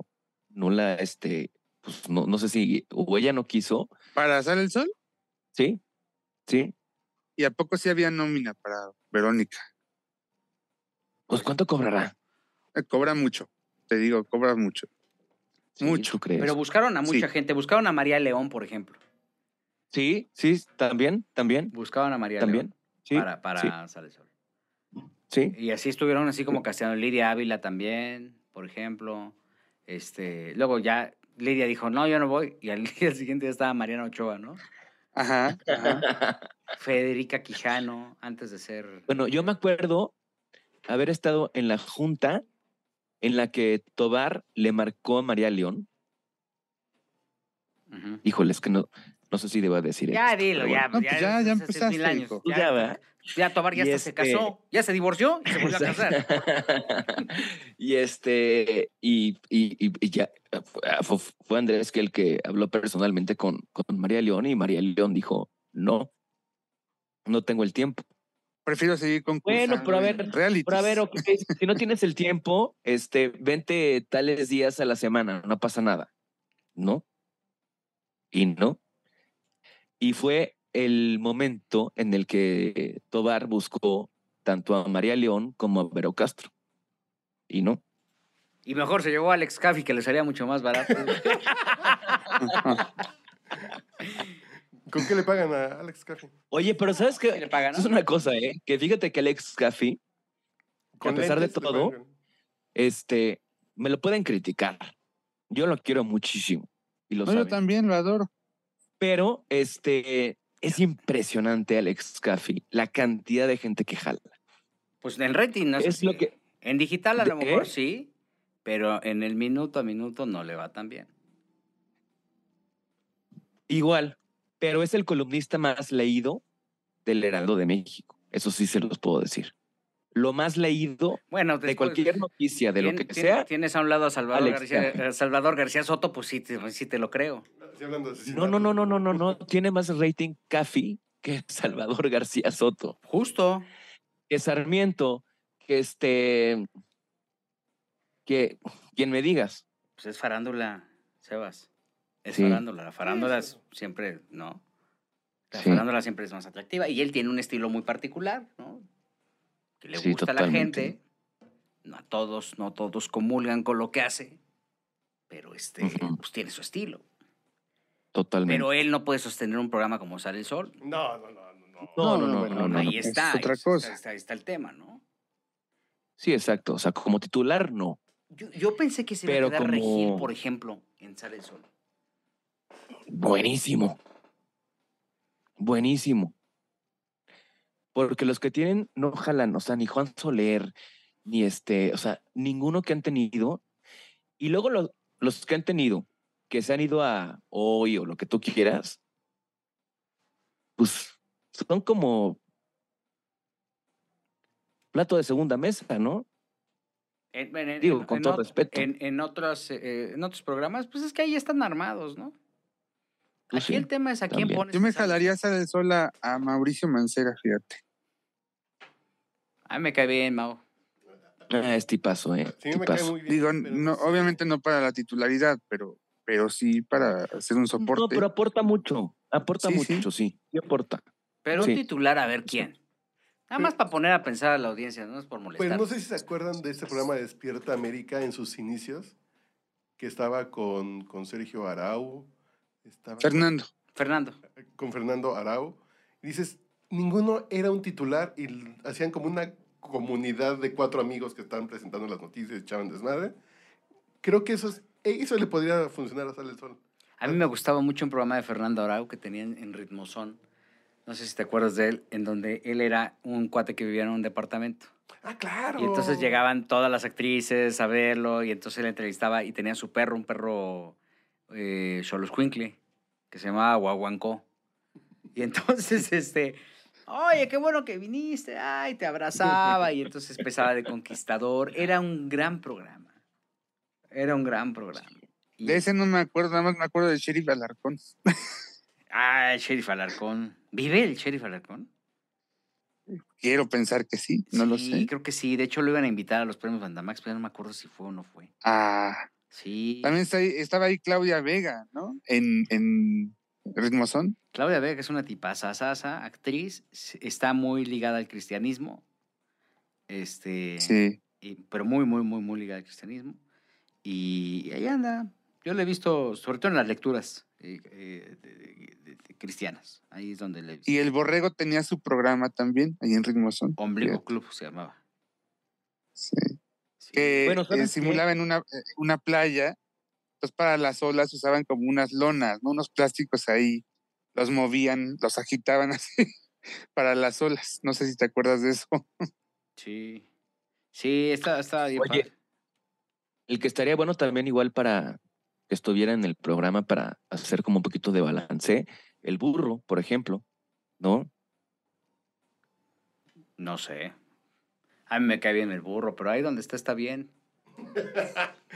[SPEAKER 5] no la, este, pues no, no sé si o ella no quiso,
[SPEAKER 3] ¿Para Sal el Sol?
[SPEAKER 5] sí, sí.
[SPEAKER 3] ¿Y a poco sí había nómina para Verónica?
[SPEAKER 5] Pues cuánto cobrará.
[SPEAKER 3] Eh, cobra mucho, te digo, cobra mucho.
[SPEAKER 5] Sí,
[SPEAKER 3] Mucho.
[SPEAKER 5] ¿tú crees?
[SPEAKER 2] Pero buscaron a
[SPEAKER 3] Sí.
[SPEAKER 2] mucha gente. Buscaron a María León, por ejemplo.
[SPEAKER 5] sí, sí, también, también,
[SPEAKER 2] Buscaban a María
[SPEAKER 5] también.
[SPEAKER 2] León
[SPEAKER 5] Sí,
[SPEAKER 2] para, para
[SPEAKER 5] sí,
[SPEAKER 2] Sale Sol.
[SPEAKER 5] sí.
[SPEAKER 2] Y así estuvieron así como Castellano. Lidia Ávila también, por ejemplo. Este, luego ya Lidia dijo, no, yo no voy. Y al *laughs* día siguiente ya estaba Mariana Ochoa, ¿no?
[SPEAKER 5] *laughs*
[SPEAKER 3] Ajá, ajá.
[SPEAKER 2] Federica Quijano, antes de ser...
[SPEAKER 5] Bueno, yo me acuerdo haber estado en la junta en la que Tobar le marcó a María León.
[SPEAKER 2] Ujú.
[SPEAKER 5] Híjole, es que no, no sé si debo decir
[SPEAKER 2] Ya
[SPEAKER 5] esto,
[SPEAKER 2] dilo,
[SPEAKER 5] pero
[SPEAKER 2] ya.
[SPEAKER 5] bueno. Pues
[SPEAKER 3] No, pues ya- ya
[SPEAKER 2] desde hace mil
[SPEAKER 3] empezaste,
[SPEAKER 2] años,
[SPEAKER 3] hijo.
[SPEAKER 5] Ya, ¿verdad?
[SPEAKER 2] ya Tobar ya
[SPEAKER 5] Y
[SPEAKER 2] hasta se
[SPEAKER 5] este-
[SPEAKER 2] casó, ya se divorció y se volvió a
[SPEAKER 5] *laughs*
[SPEAKER 2] casar.
[SPEAKER 5] y este, y, y- y- y ya eh, fu- ah, fu- fue, Andrés que el que habló personalmente con, con María León y María León dijo, no, no tengo el tiempo.
[SPEAKER 3] Prefiero seguir con
[SPEAKER 5] Bueno, pero a ver,
[SPEAKER 3] reality.
[SPEAKER 5] Pero a ver, ok, si no tienes el tiempo, este, vente tales días a la semana, no pasa nada. ¿No? Y no. Y fue el momento en el que Tobar buscó tanto a María León como a Vero Castro. Y no.
[SPEAKER 2] Y mejor se llevó a Alex Caffi, que le salía mucho más
[SPEAKER 5] *laughs*
[SPEAKER 2] barato.
[SPEAKER 4] ¿Con qué le pagan a Alex Caffey?
[SPEAKER 5] Oye, pero ¿sabes
[SPEAKER 2] Sí le
[SPEAKER 5] qué?
[SPEAKER 2] pagan, ¿no?
[SPEAKER 5] Es una cosa, ¿eh? Que fíjate que Alex Caffi,
[SPEAKER 4] Con
[SPEAKER 5] a pesar de
[SPEAKER 4] lentes le
[SPEAKER 5] todo,
[SPEAKER 4] pagan.
[SPEAKER 5] este, me lo pueden criticar. Yo lo quiero muchísimo. Y lo
[SPEAKER 3] No, yo
[SPEAKER 5] saben.
[SPEAKER 3] también lo adoro.
[SPEAKER 5] Pero este es impresionante, Alex Caffi, la cantidad de gente que jala.
[SPEAKER 2] Pues en rating no es,
[SPEAKER 5] Es lo
[SPEAKER 2] así.
[SPEAKER 5] que.
[SPEAKER 2] En digital a lo
[SPEAKER 5] ¿Eh?
[SPEAKER 2] mejor sí, pero en el minuto a minuto no le va tan bien.
[SPEAKER 5] Igual, pero es el columnista más leído del Heraldo de México. Eso sí se los puedo decir. Lo más leído
[SPEAKER 2] Bueno,
[SPEAKER 5] de
[SPEAKER 2] después-
[SPEAKER 5] cualquier noticia, de lo
[SPEAKER 2] Tien-
[SPEAKER 5] que
[SPEAKER 2] tien-
[SPEAKER 5] sea.
[SPEAKER 2] Tienes a un lado a Salvador,
[SPEAKER 5] Alex
[SPEAKER 2] García, eh, Salvador García Soto, pues sí te, sí te lo creo.
[SPEAKER 4] Estoy hablando de
[SPEAKER 5] No, no, no, no, no, no, no. Tiene más rating Caffi que *laughs* Salvador García Soto,
[SPEAKER 2] Justo.
[SPEAKER 5] que Sarmiento, que este. que quien me digas.
[SPEAKER 2] Pues es farándula, Sebas. Es
[SPEAKER 5] Sí.
[SPEAKER 2] farándula. La farándula es
[SPEAKER 4] Sí,
[SPEAKER 2] siempre, ¿no? La
[SPEAKER 5] Sí.
[SPEAKER 2] farándula siempre es más atractiva. Y él tiene un estilo muy particular, ¿no? Que le
[SPEAKER 5] Sí,
[SPEAKER 2] gusta a la
[SPEAKER 5] totalmente.
[SPEAKER 2] gente. No a todos, no todos comulgan con lo que hace. Pero este,
[SPEAKER 5] Ujú.
[SPEAKER 2] pues tiene su estilo.
[SPEAKER 5] Totalmente.
[SPEAKER 2] Pero él no puede sostener un programa como Sale el Sol.
[SPEAKER 4] *laughs* No, no, no, no, no.
[SPEAKER 5] No, no, no,
[SPEAKER 3] bueno,
[SPEAKER 5] no, no,
[SPEAKER 2] Ahí
[SPEAKER 5] no,
[SPEAKER 3] es
[SPEAKER 2] está.
[SPEAKER 3] otra
[SPEAKER 2] ahí está-
[SPEAKER 3] cosa.
[SPEAKER 2] está- ahí está el tema, ¿no?
[SPEAKER 5] Sí, exacto. O sea, como titular, no.
[SPEAKER 2] Yo, yo pensé que se iba a
[SPEAKER 5] Pero
[SPEAKER 2] quedar Regil,
[SPEAKER 5] como-
[SPEAKER 2] por ejemplo, en Sale el Sol.
[SPEAKER 5] Buenísimo. Buenísimo. Porque los que tienen no jalan, o sea, ni Juan Soler, ni este, o sea, ninguno que han tenido. Y luego los, los que han tenido, que se han ido a hoy o lo que tú quieras, pues son como plato de segunda mesa, ¿no?
[SPEAKER 2] En- en- en-
[SPEAKER 5] Digo,
[SPEAKER 2] en-
[SPEAKER 5] con
[SPEAKER 2] en
[SPEAKER 5] todo
[SPEAKER 2] ot-
[SPEAKER 5] respeto.
[SPEAKER 2] En, en otros, eh, en otros programas, pues es que ahí están armados, ¿no?
[SPEAKER 5] Pues
[SPEAKER 2] Aquí
[SPEAKER 5] sí.
[SPEAKER 2] el tema es a quién
[SPEAKER 5] también.
[SPEAKER 2] pones.
[SPEAKER 3] Yo me
[SPEAKER 2] en Sale el Sol.
[SPEAKER 3] jalaría Sal el Sol a, a Mauricio Mancera, fíjate.
[SPEAKER 2] A mí me cae bien, Mau.
[SPEAKER 5] Ah, es tipazo, ¿eh?
[SPEAKER 4] Sí, me cae
[SPEAKER 5] Tipazo.
[SPEAKER 4] muy bien.
[SPEAKER 3] Digo,
[SPEAKER 4] pero
[SPEAKER 3] no,
[SPEAKER 4] sí.
[SPEAKER 3] obviamente no para la titularidad, pero, pero sí para hacer un soporte.
[SPEAKER 5] No, pero aporta mucho. Aporta
[SPEAKER 3] Sí, sí.
[SPEAKER 5] mucho, sí. Sí, aporta.
[SPEAKER 2] Pero
[SPEAKER 5] Sí.
[SPEAKER 2] un titular, a ver quién. Nada más para poner a pensar a la audiencia, no es por molestar.
[SPEAKER 4] Pero Pues, no sé si se acuerdan de este programa de Despierta América en sus inicios, que estaba con, con Sergio Arau, estaba
[SPEAKER 3] Fernando,
[SPEAKER 2] Fernando.
[SPEAKER 4] con Fernando Arau. Y dices, ninguno era un titular y l- hacían como una comunidad de cuatro amigos que estaban presentando las noticias y echaban desmadre. Creo que eso, es- e, eso le podría funcionar a Sale el Sol.
[SPEAKER 2] A mí me gustaba mucho un programa de Fernando Arau que tenía en en Ritmozón. No sé si te acuerdas de él, en donde él era un cuate que vivía en un departamento.
[SPEAKER 4] Ah, claro.
[SPEAKER 2] Y entonces llegaban todas las actrices a verlo y entonces él entrevistaba y tenía su perro, un perro eh, Xoloscuincle, que se llamaba Guaguancó. Y entonces, *laughs* este, oye, qué bueno que viniste, ay, te abrazaba, y entonces empezaba de conquistador. Era un gran programa. Era un gran programa. Y-
[SPEAKER 3] De ese no me acuerdo, nada más me acuerdo de Sheriff Alarcón.
[SPEAKER 2] Ah, el sheriff Alarcón. ¿Vive el sheriff Alarcón?
[SPEAKER 3] Quiero pensar que sí, no lo
[SPEAKER 2] Sí,
[SPEAKER 3] sé.
[SPEAKER 2] creo que sí. De hecho, lo iban a invitar a los premios Bandamax, pero ya no me acuerdo si fue o no fue.
[SPEAKER 3] Ah,
[SPEAKER 2] Sí.
[SPEAKER 3] también está ahí- estaba ahí Claudia Vega, ¿no? En, en Ritmozón.
[SPEAKER 2] Claudia Vega es una tipaza, sasa, actriz, s- está muy ligada al cristianismo. Este,
[SPEAKER 3] Sí.
[SPEAKER 2] y- pero muy, muy, muy, muy ligada al cristianismo. Y ahí anda. Yo le he visto, sobre todo en las lecturas eh, eh, de- de- de- de cristianas. Ahí es donde le he visto.
[SPEAKER 3] Y el Borrego tenía su programa también, ahí en Ritmozón.
[SPEAKER 2] Ombligo Club se llamaba.
[SPEAKER 3] Sí.
[SPEAKER 2] Sí.
[SPEAKER 3] que
[SPEAKER 5] Bueno,
[SPEAKER 3] eh,
[SPEAKER 5] ¿sabes qué?
[SPEAKER 3] simulaba en una, eh, una playa, pues para las olas usaban como unas lonas, ¿no? unos plásticos ahí, los movían, los agitaban *laughs* así para las olas. No sé si te acuerdas de eso.
[SPEAKER 2] Sí. Sí, estaba, estaba bien.
[SPEAKER 5] Oye,
[SPEAKER 2] padre.
[SPEAKER 5] El que estaría bueno también igual para que estuviera en el programa para hacer como un poquito de balance, el burro, por ejemplo, ¿no?
[SPEAKER 2] No sé. A mí me cae bien el burro, pero ahí donde está está bien.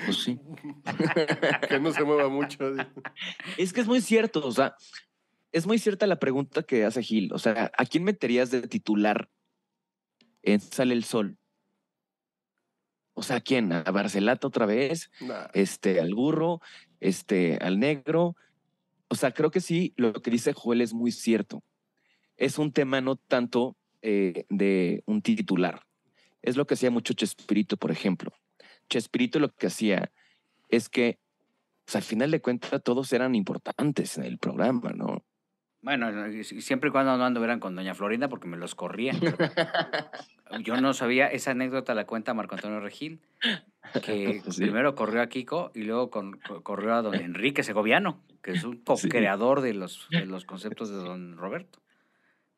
[SPEAKER 5] Pues sí.
[SPEAKER 4] que no se mueva mucho.
[SPEAKER 5] Es que es muy cierto, o sea, es muy cierta la pregunta que hace Gil. O sea, ¿a quién meterías de titular en Sale el Sol? O sea, ¿a quién? ¿A Barcelata otra vez?
[SPEAKER 4] Nah. pues,
[SPEAKER 5] Este, al burro, este, al negro. O sea, creo que sí, lo que dice Joel es muy cierto. Es un tema no tanto eh, de un titular. Es lo que hacía mucho Chespirito, por ejemplo. Chespirito lo que hacía es que, o sea, al final de cuentas, todos eran importantes en el programa, ¿no?
[SPEAKER 2] Bueno, no, y si- siempre y cuando no anduvieran con Doña Florinda, porque me los
[SPEAKER 3] *laughs*
[SPEAKER 2] corría. Yo no sabía, esa anécdota la cuenta Marco Antonio Regil,
[SPEAKER 3] *laughs*
[SPEAKER 2] que
[SPEAKER 5] Sí.
[SPEAKER 2] primero corrió a Kiko y luego con- co- corrió a don Enrique Segoviano, que
[SPEAKER 3] *laughs*
[SPEAKER 2] es un co-creador de, los, de los conceptos de don Roberto,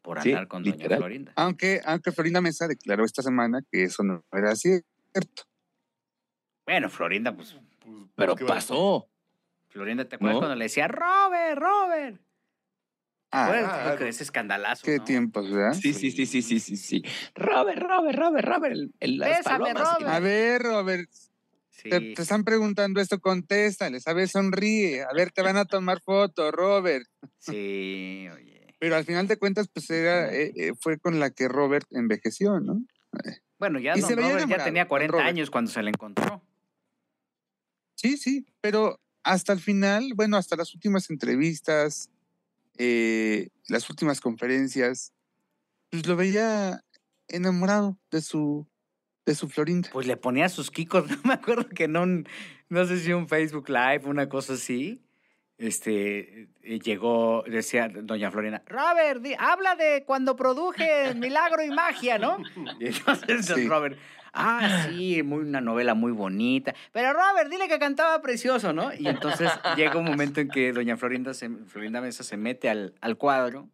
[SPEAKER 2] por
[SPEAKER 5] Sí,
[SPEAKER 2] andar con Doña
[SPEAKER 5] literal.
[SPEAKER 2] Florinda.
[SPEAKER 3] Aunque, aunque Florinda Mesa declaró esta semana que eso no era cierto.
[SPEAKER 2] Bueno, Florinda, pues,
[SPEAKER 4] Pues,
[SPEAKER 5] Pero
[SPEAKER 4] ¿qué va a- *laughs*
[SPEAKER 5] pasó.
[SPEAKER 2] Florinda, ¿te acuerdas
[SPEAKER 5] No.
[SPEAKER 2] cuando le decía, Robert, Robert?
[SPEAKER 3] Ah,
[SPEAKER 2] Bueno,
[SPEAKER 4] ah,
[SPEAKER 2] creo que ese escandalazo.
[SPEAKER 3] qué
[SPEAKER 2] ¿no?
[SPEAKER 3] tiempos, ¿verdad?
[SPEAKER 5] Sí, sí, sí, sí, sí, sí, sí. Robert, Robert, Robert, Robert, el, el- las
[SPEAKER 2] Bésame,
[SPEAKER 5] palomas.
[SPEAKER 2] Robert.
[SPEAKER 3] A ver, Robert,
[SPEAKER 2] Sí.
[SPEAKER 3] *laughs* te, te están preguntando esto, contéstales, a ver, sonríe, a ver, te van a tomar foto, Robert.
[SPEAKER 2] Sí, oye.
[SPEAKER 3] Pero al final de cuentas, pues era, eh, eh, fue con la que Robert envejeció, ¿no?
[SPEAKER 2] Bueno, ya
[SPEAKER 3] Y
[SPEAKER 2] don
[SPEAKER 3] se veía
[SPEAKER 2] Robert ya
[SPEAKER 3] enamorado,
[SPEAKER 2] tenía
[SPEAKER 3] don
[SPEAKER 2] 40
[SPEAKER 3] Robert.
[SPEAKER 2] años cuando se le encontró.
[SPEAKER 3] Sí, sí, pero hasta el final, bueno, hasta las últimas entrevistas, eh, las últimas conferencias, pues lo veía enamorado de su, de su Florinda.
[SPEAKER 2] Pues le ponía sus kikos, *laughs* no me acuerdo que no, no sé si un Facebook Live, una cosa así. Este, eh, llegó, decía doña Florina, Robert, di- habla de cuando produje Milagro y Magia, ¿no? Y entonces don
[SPEAKER 3] Sí.
[SPEAKER 2] Robert, ah, sí, muy, una novela muy bonita. Pero Robert, dile que cantaba precioso, ¿no? Y entonces llega un momento en que doña Florinda, se- Florinda Mesa se mete al, al cuadro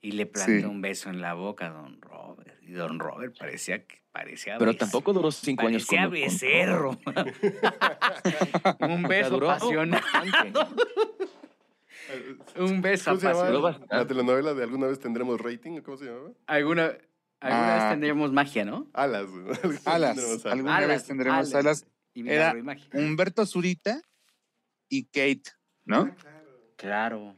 [SPEAKER 2] y le planta
[SPEAKER 3] Sí.
[SPEAKER 2] un beso en la boca a don Robert. Y don Robert parecía que parecía
[SPEAKER 5] Pero
[SPEAKER 2] beso-
[SPEAKER 5] tampoco duró cinco años con,
[SPEAKER 2] Parecía
[SPEAKER 5] con
[SPEAKER 2] becerro.
[SPEAKER 5] Robert.
[SPEAKER 2] *laughs* un
[SPEAKER 5] O sea,
[SPEAKER 2] beso
[SPEAKER 5] duró
[SPEAKER 2] apasionado.
[SPEAKER 5] bastante.
[SPEAKER 4] Eh,
[SPEAKER 2] Un beso
[SPEAKER 4] ¿Cómo se llamaba?
[SPEAKER 5] Duró
[SPEAKER 2] apasionado.
[SPEAKER 5] bastante.
[SPEAKER 4] La telenovela de alguna vez tendremos rating, ¿cómo se llamaba?
[SPEAKER 2] Alguna, alguna vez
[SPEAKER 3] Ah.
[SPEAKER 2] tendríamos magia, ¿no?
[SPEAKER 4] Alas. *laughs* güey.
[SPEAKER 3] Alas,
[SPEAKER 4] Tendremos
[SPEAKER 3] algún- Alguna vez tendremos alas.
[SPEAKER 2] Y
[SPEAKER 3] Era-
[SPEAKER 2] milagro y magia.
[SPEAKER 3] Humberto Zurita y Kate, ¿no?
[SPEAKER 2] Claro.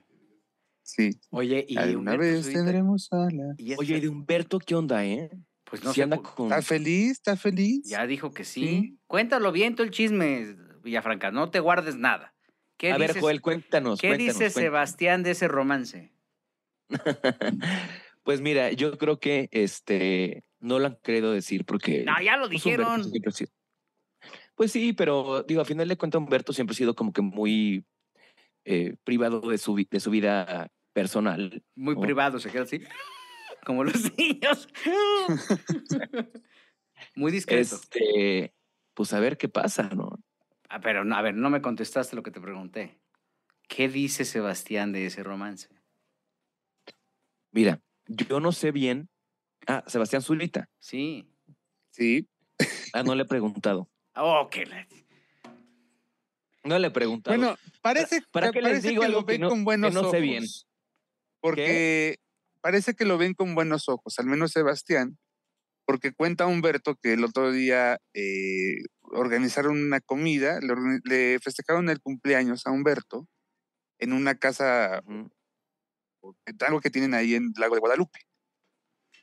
[SPEAKER 3] Sí.
[SPEAKER 2] Oye, y
[SPEAKER 3] Alguna
[SPEAKER 2] Humberto
[SPEAKER 3] vez
[SPEAKER 2] Zurita-
[SPEAKER 3] tendremos alas.
[SPEAKER 2] y este-
[SPEAKER 5] Oye, ¿y de Humberto, ¿qué onda, eh?
[SPEAKER 2] pues no
[SPEAKER 5] Si
[SPEAKER 2] sé,
[SPEAKER 5] anda
[SPEAKER 2] pues,
[SPEAKER 5] con...
[SPEAKER 3] ¿Está feliz? ¿Está feliz?
[SPEAKER 2] Ya dijo que sí.
[SPEAKER 3] Sí.
[SPEAKER 2] Cuéntalo bien todo el chisme, Villafranca. No te guardes nada. ¿Qué
[SPEAKER 5] A ver,
[SPEAKER 2] dices-
[SPEAKER 5] Joel, cuéntanos.
[SPEAKER 2] ¿Qué
[SPEAKER 5] cuéntanos,
[SPEAKER 2] dice Sebastián de ese romance?
[SPEAKER 5] cuéntanos. *laughs* pues mira, yo creo que este no lo han querido decir porque...
[SPEAKER 2] No, ya lo
[SPEAKER 5] pues, Humberto
[SPEAKER 2] dijeron.
[SPEAKER 5] siempre ha sido- Pues sí, pero digo, a final de cuentas Humberto siempre ha sido como que muy eh, privado de su, vi- de su vida personal.
[SPEAKER 2] Muy
[SPEAKER 5] ¿no?
[SPEAKER 2] privado, se queda así. Como los *laughs* niños. Muy discreto.
[SPEAKER 5] Este, pues a ver qué pasa, ¿no?
[SPEAKER 2] Ah, pero, no, a ver, no me contestaste lo que te pregunté. ¿Qué dice Sebastián de ese romance?
[SPEAKER 5] Mira, yo no sé bien. Ah, Sebastián Zulita.
[SPEAKER 2] Sí.
[SPEAKER 3] Sí.
[SPEAKER 5] Ah, no le he preguntado.
[SPEAKER 2] Oh, qué la-
[SPEAKER 5] No le he preguntado.
[SPEAKER 3] Bueno, parece,
[SPEAKER 5] para qué les
[SPEAKER 3] parece
[SPEAKER 5] digo
[SPEAKER 3] que
[SPEAKER 5] algo
[SPEAKER 3] lo
[SPEAKER 5] que
[SPEAKER 3] ven
[SPEAKER 5] no-
[SPEAKER 3] con buenos
[SPEAKER 5] que no
[SPEAKER 3] ojos.
[SPEAKER 5] sé bien?
[SPEAKER 3] Porque parece que lo ven con buenos ojos, al menos Sebastián, porque cuenta Humberto que el otro día eh, organizaron una comida, le, orga- le festejaron el cumpleaños a Humberto en una casa,
[SPEAKER 5] Ujú.
[SPEAKER 3] en algo que tienen ahí en el lago de Guadalupe.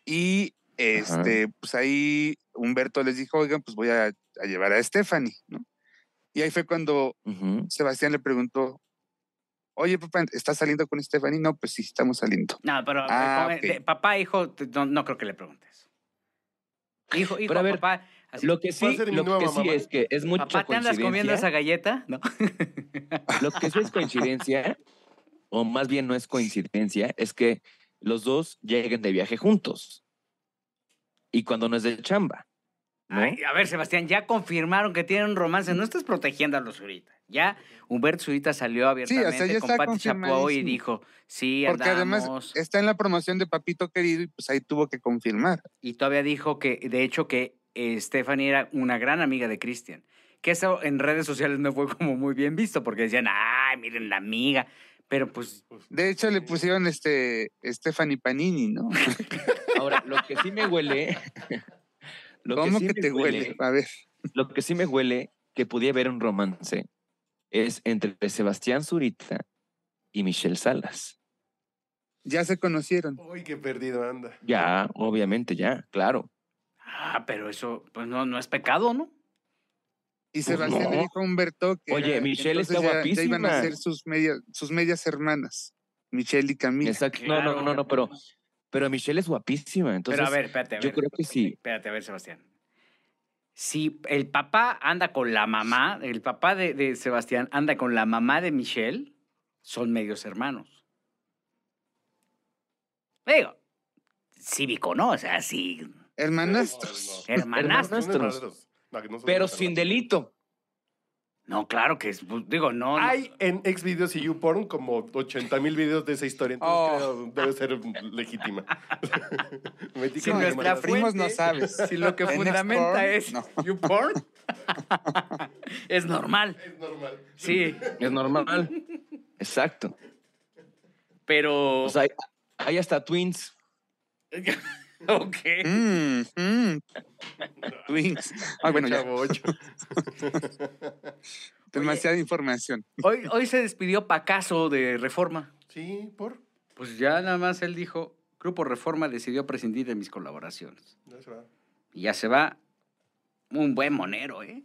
[SPEAKER 3] Y este, pues ahí Humberto les dijo, oigan, pues voy a, a llevar a Stephanie, ¿no? Y ahí fue cuando
[SPEAKER 5] Ujú.
[SPEAKER 3] Sebastián le preguntó, oye papá, ¿estás saliendo con Stephanie? No, pues sí, estamos saliendo.
[SPEAKER 2] No, pero eh,
[SPEAKER 3] Ah,
[SPEAKER 2] come-
[SPEAKER 3] ok.
[SPEAKER 2] de- papá, hijo, te- no, no creo que le preguntes. Hijo, hijo,
[SPEAKER 5] Pero a ver,
[SPEAKER 2] papá. así,
[SPEAKER 5] Lo que sí,
[SPEAKER 4] ser mi
[SPEAKER 5] lo
[SPEAKER 4] nueva
[SPEAKER 5] que sí
[SPEAKER 4] mamá?
[SPEAKER 5] es que es mucha
[SPEAKER 2] papá, ¿te andas comiendo
[SPEAKER 5] coincidencia.
[SPEAKER 2] esa galleta? No.
[SPEAKER 5] Lo que sí es coincidencia, o más bien no es coincidencia, es que los dos lleguen de viaje juntos. Y cuando no es de chamba. ¿no?
[SPEAKER 2] Ay, *laughs* a ver, Sebastián, ya confirmaron que tienen un romance. No estás protegiendo a los Zurita. Ya Humberto Zurita salió abiertamente
[SPEAKER 3] ya
[SPEAKER 2] con
[SPEAKER 3] está
[SPEAKER 2] Pati Chapoy y
[SPEAKER 3] confirmadísimo.
[SPEAKER 2] dijo, sí,
[SPEAKER 3] Porque
[SPEAKER 2] andamos.
[SPEAKER 3] además está en la promoción de Papito Querido y pues ahí tuvo que confirmar.
[SPEAKER 2] Y todavía dijo que, de hecho, que eh, Stephanie era una gran amiga de Christian. Que eso en redes sociales no fue como muy bien visto, porque decían, ay, miren la amiga. Pero pues,
[SPEAKER 3] De hecho le pusieron este Stephanie Panini, ¿no?
[SPEAKER 5] Ahora, lo que sí me huele. *laughs* lo
[SPEAKER 3] ¿Cómo
[SPEAKER 5] sí
[SPEAKER 3] que
[SPEAKER 5] me
[SPEAKER 3] te huele? A ver,
[SPEAKER 5] Lo que sí me huele que podía haber un romance es entre Sebastián Zurita y Michelle Salas.
[SPEAKER 3] ya se conocieron.
[SPEAKER 4] Uy, qué perdido anda.
[SPEAKER 5] Ya, obviamente, ya, claro.
[SPEAKER 2] ah, pero eso, pues no, no es pecado, ¿no?
[SPEAKER 3] Y
[SPEAKER 5] Pues
[SPEAKER 3] Sebastián le
[SPEAKER 5] no.
[SPEAKER 3] dijo a Humberto que
[SPEAKER 5] Oye,
[SPEAKER 3] era- que
[SPEAKER 5] Michelle
[SPEAKER 3] entonces ya-
[SPEAKER 5] está
[SPEAKER 3] Ya iban a
[SPEAKER 5] guapísima.
[SPEAKER 3] ser sus, media- sus medias hermanas, Michelle y Camila.
[SPEAKER 5] Exacto. No, no, no, no, pero, pero Michelle es guapísima. Entonces,
[SPEAKER 2] pero a ver, espérate, a
[SPEAKER 5] yo
[SPEAKER 2] ver.
[SPEAKER 5] creo que sí.
[SPEAKER 2] Espérate, a ver, Sebastián. Si el papá anda con la mamá, el papá de, de Sebastián anda con la mamá de Michelle, son medios hermanos. Digo, cívico, ¿no? O sea,
[SPEAKER 5] *laughs*
[SPEAKER 2] sí,
[SPEAKER 3] Hermanastros.
[SPEAKER 2] hermanastros.
[SPEAKER 4] Son hermanastros. No, que no son
[SPEAKER 5] Pero
[SPEAKER 4] hermanos.
[SPEAKER 5] sin delito.
[SPEAKER 2] No, claro que es, pues, digo, no. no.
[SPEAKER 4] Hay en Xvideos y YouPorn como 80 mil videos de esa historia. Entonces
[SPEAKER 3] Oh.
[SPEAKER 4] creo debe ser
[SPEAKER 3] *laughs*
[SPEAKER 4] legítima. Metí
[SPEAKER 2] Si
[SPEAKER 4] como
[SPEAKER 2] nuestra
[SPEAKER 4] hermanastros.
[SPEAKER 2] fuente-
[SPEAKER 3] primos no sabes.
[SPEAKER 2] si lo
[SPEAKER 5] *laughs*
[SPEAKER 2] que
[SPEAKER 3] En
[SPEAKER 2] fundamenta
[SPEAKER 3] Explore,
[SPEAKER 2] es
[SPEAKER 3] no.
[SPEAKER 2] YouPorn, es normal.
[SPEAKER 4] Es normal.
[SPEAKER 2] Sí,
[SPEAKER 5] Es normal. Exacto.
[SPEAKER 2] pero.
[SPEAKER 4] Oh.
[SPEAKER 5] O sea, hay, hay hasta twins.
[SPEAKER 2] *laughs*
[SPEAKER 5] *laughs*
[SPEAKER 2] ok.
[SPEAKER 3] Mm, mm. Twins. Ah, bueno, ya.
[SPEAKER 4] Chavo
[SPEAKER 3] *laughs*
[SPEAKER 4] ocho.
[SPEAKER 3] Demasiada información.
[SPEAKER 2] Hoy, hoy se despidió Pacaso de Reforma.
[SPEAKER 4] Sí, por.
[SPEAKER 2] Pues ya nada más él dijo, Grupo Reforma decidió prescindir de mis colaboraciones.
[SPEAKER 4] Ya se va.
[SPEAKER 2] Y ya se va un buen monero, ¿eh?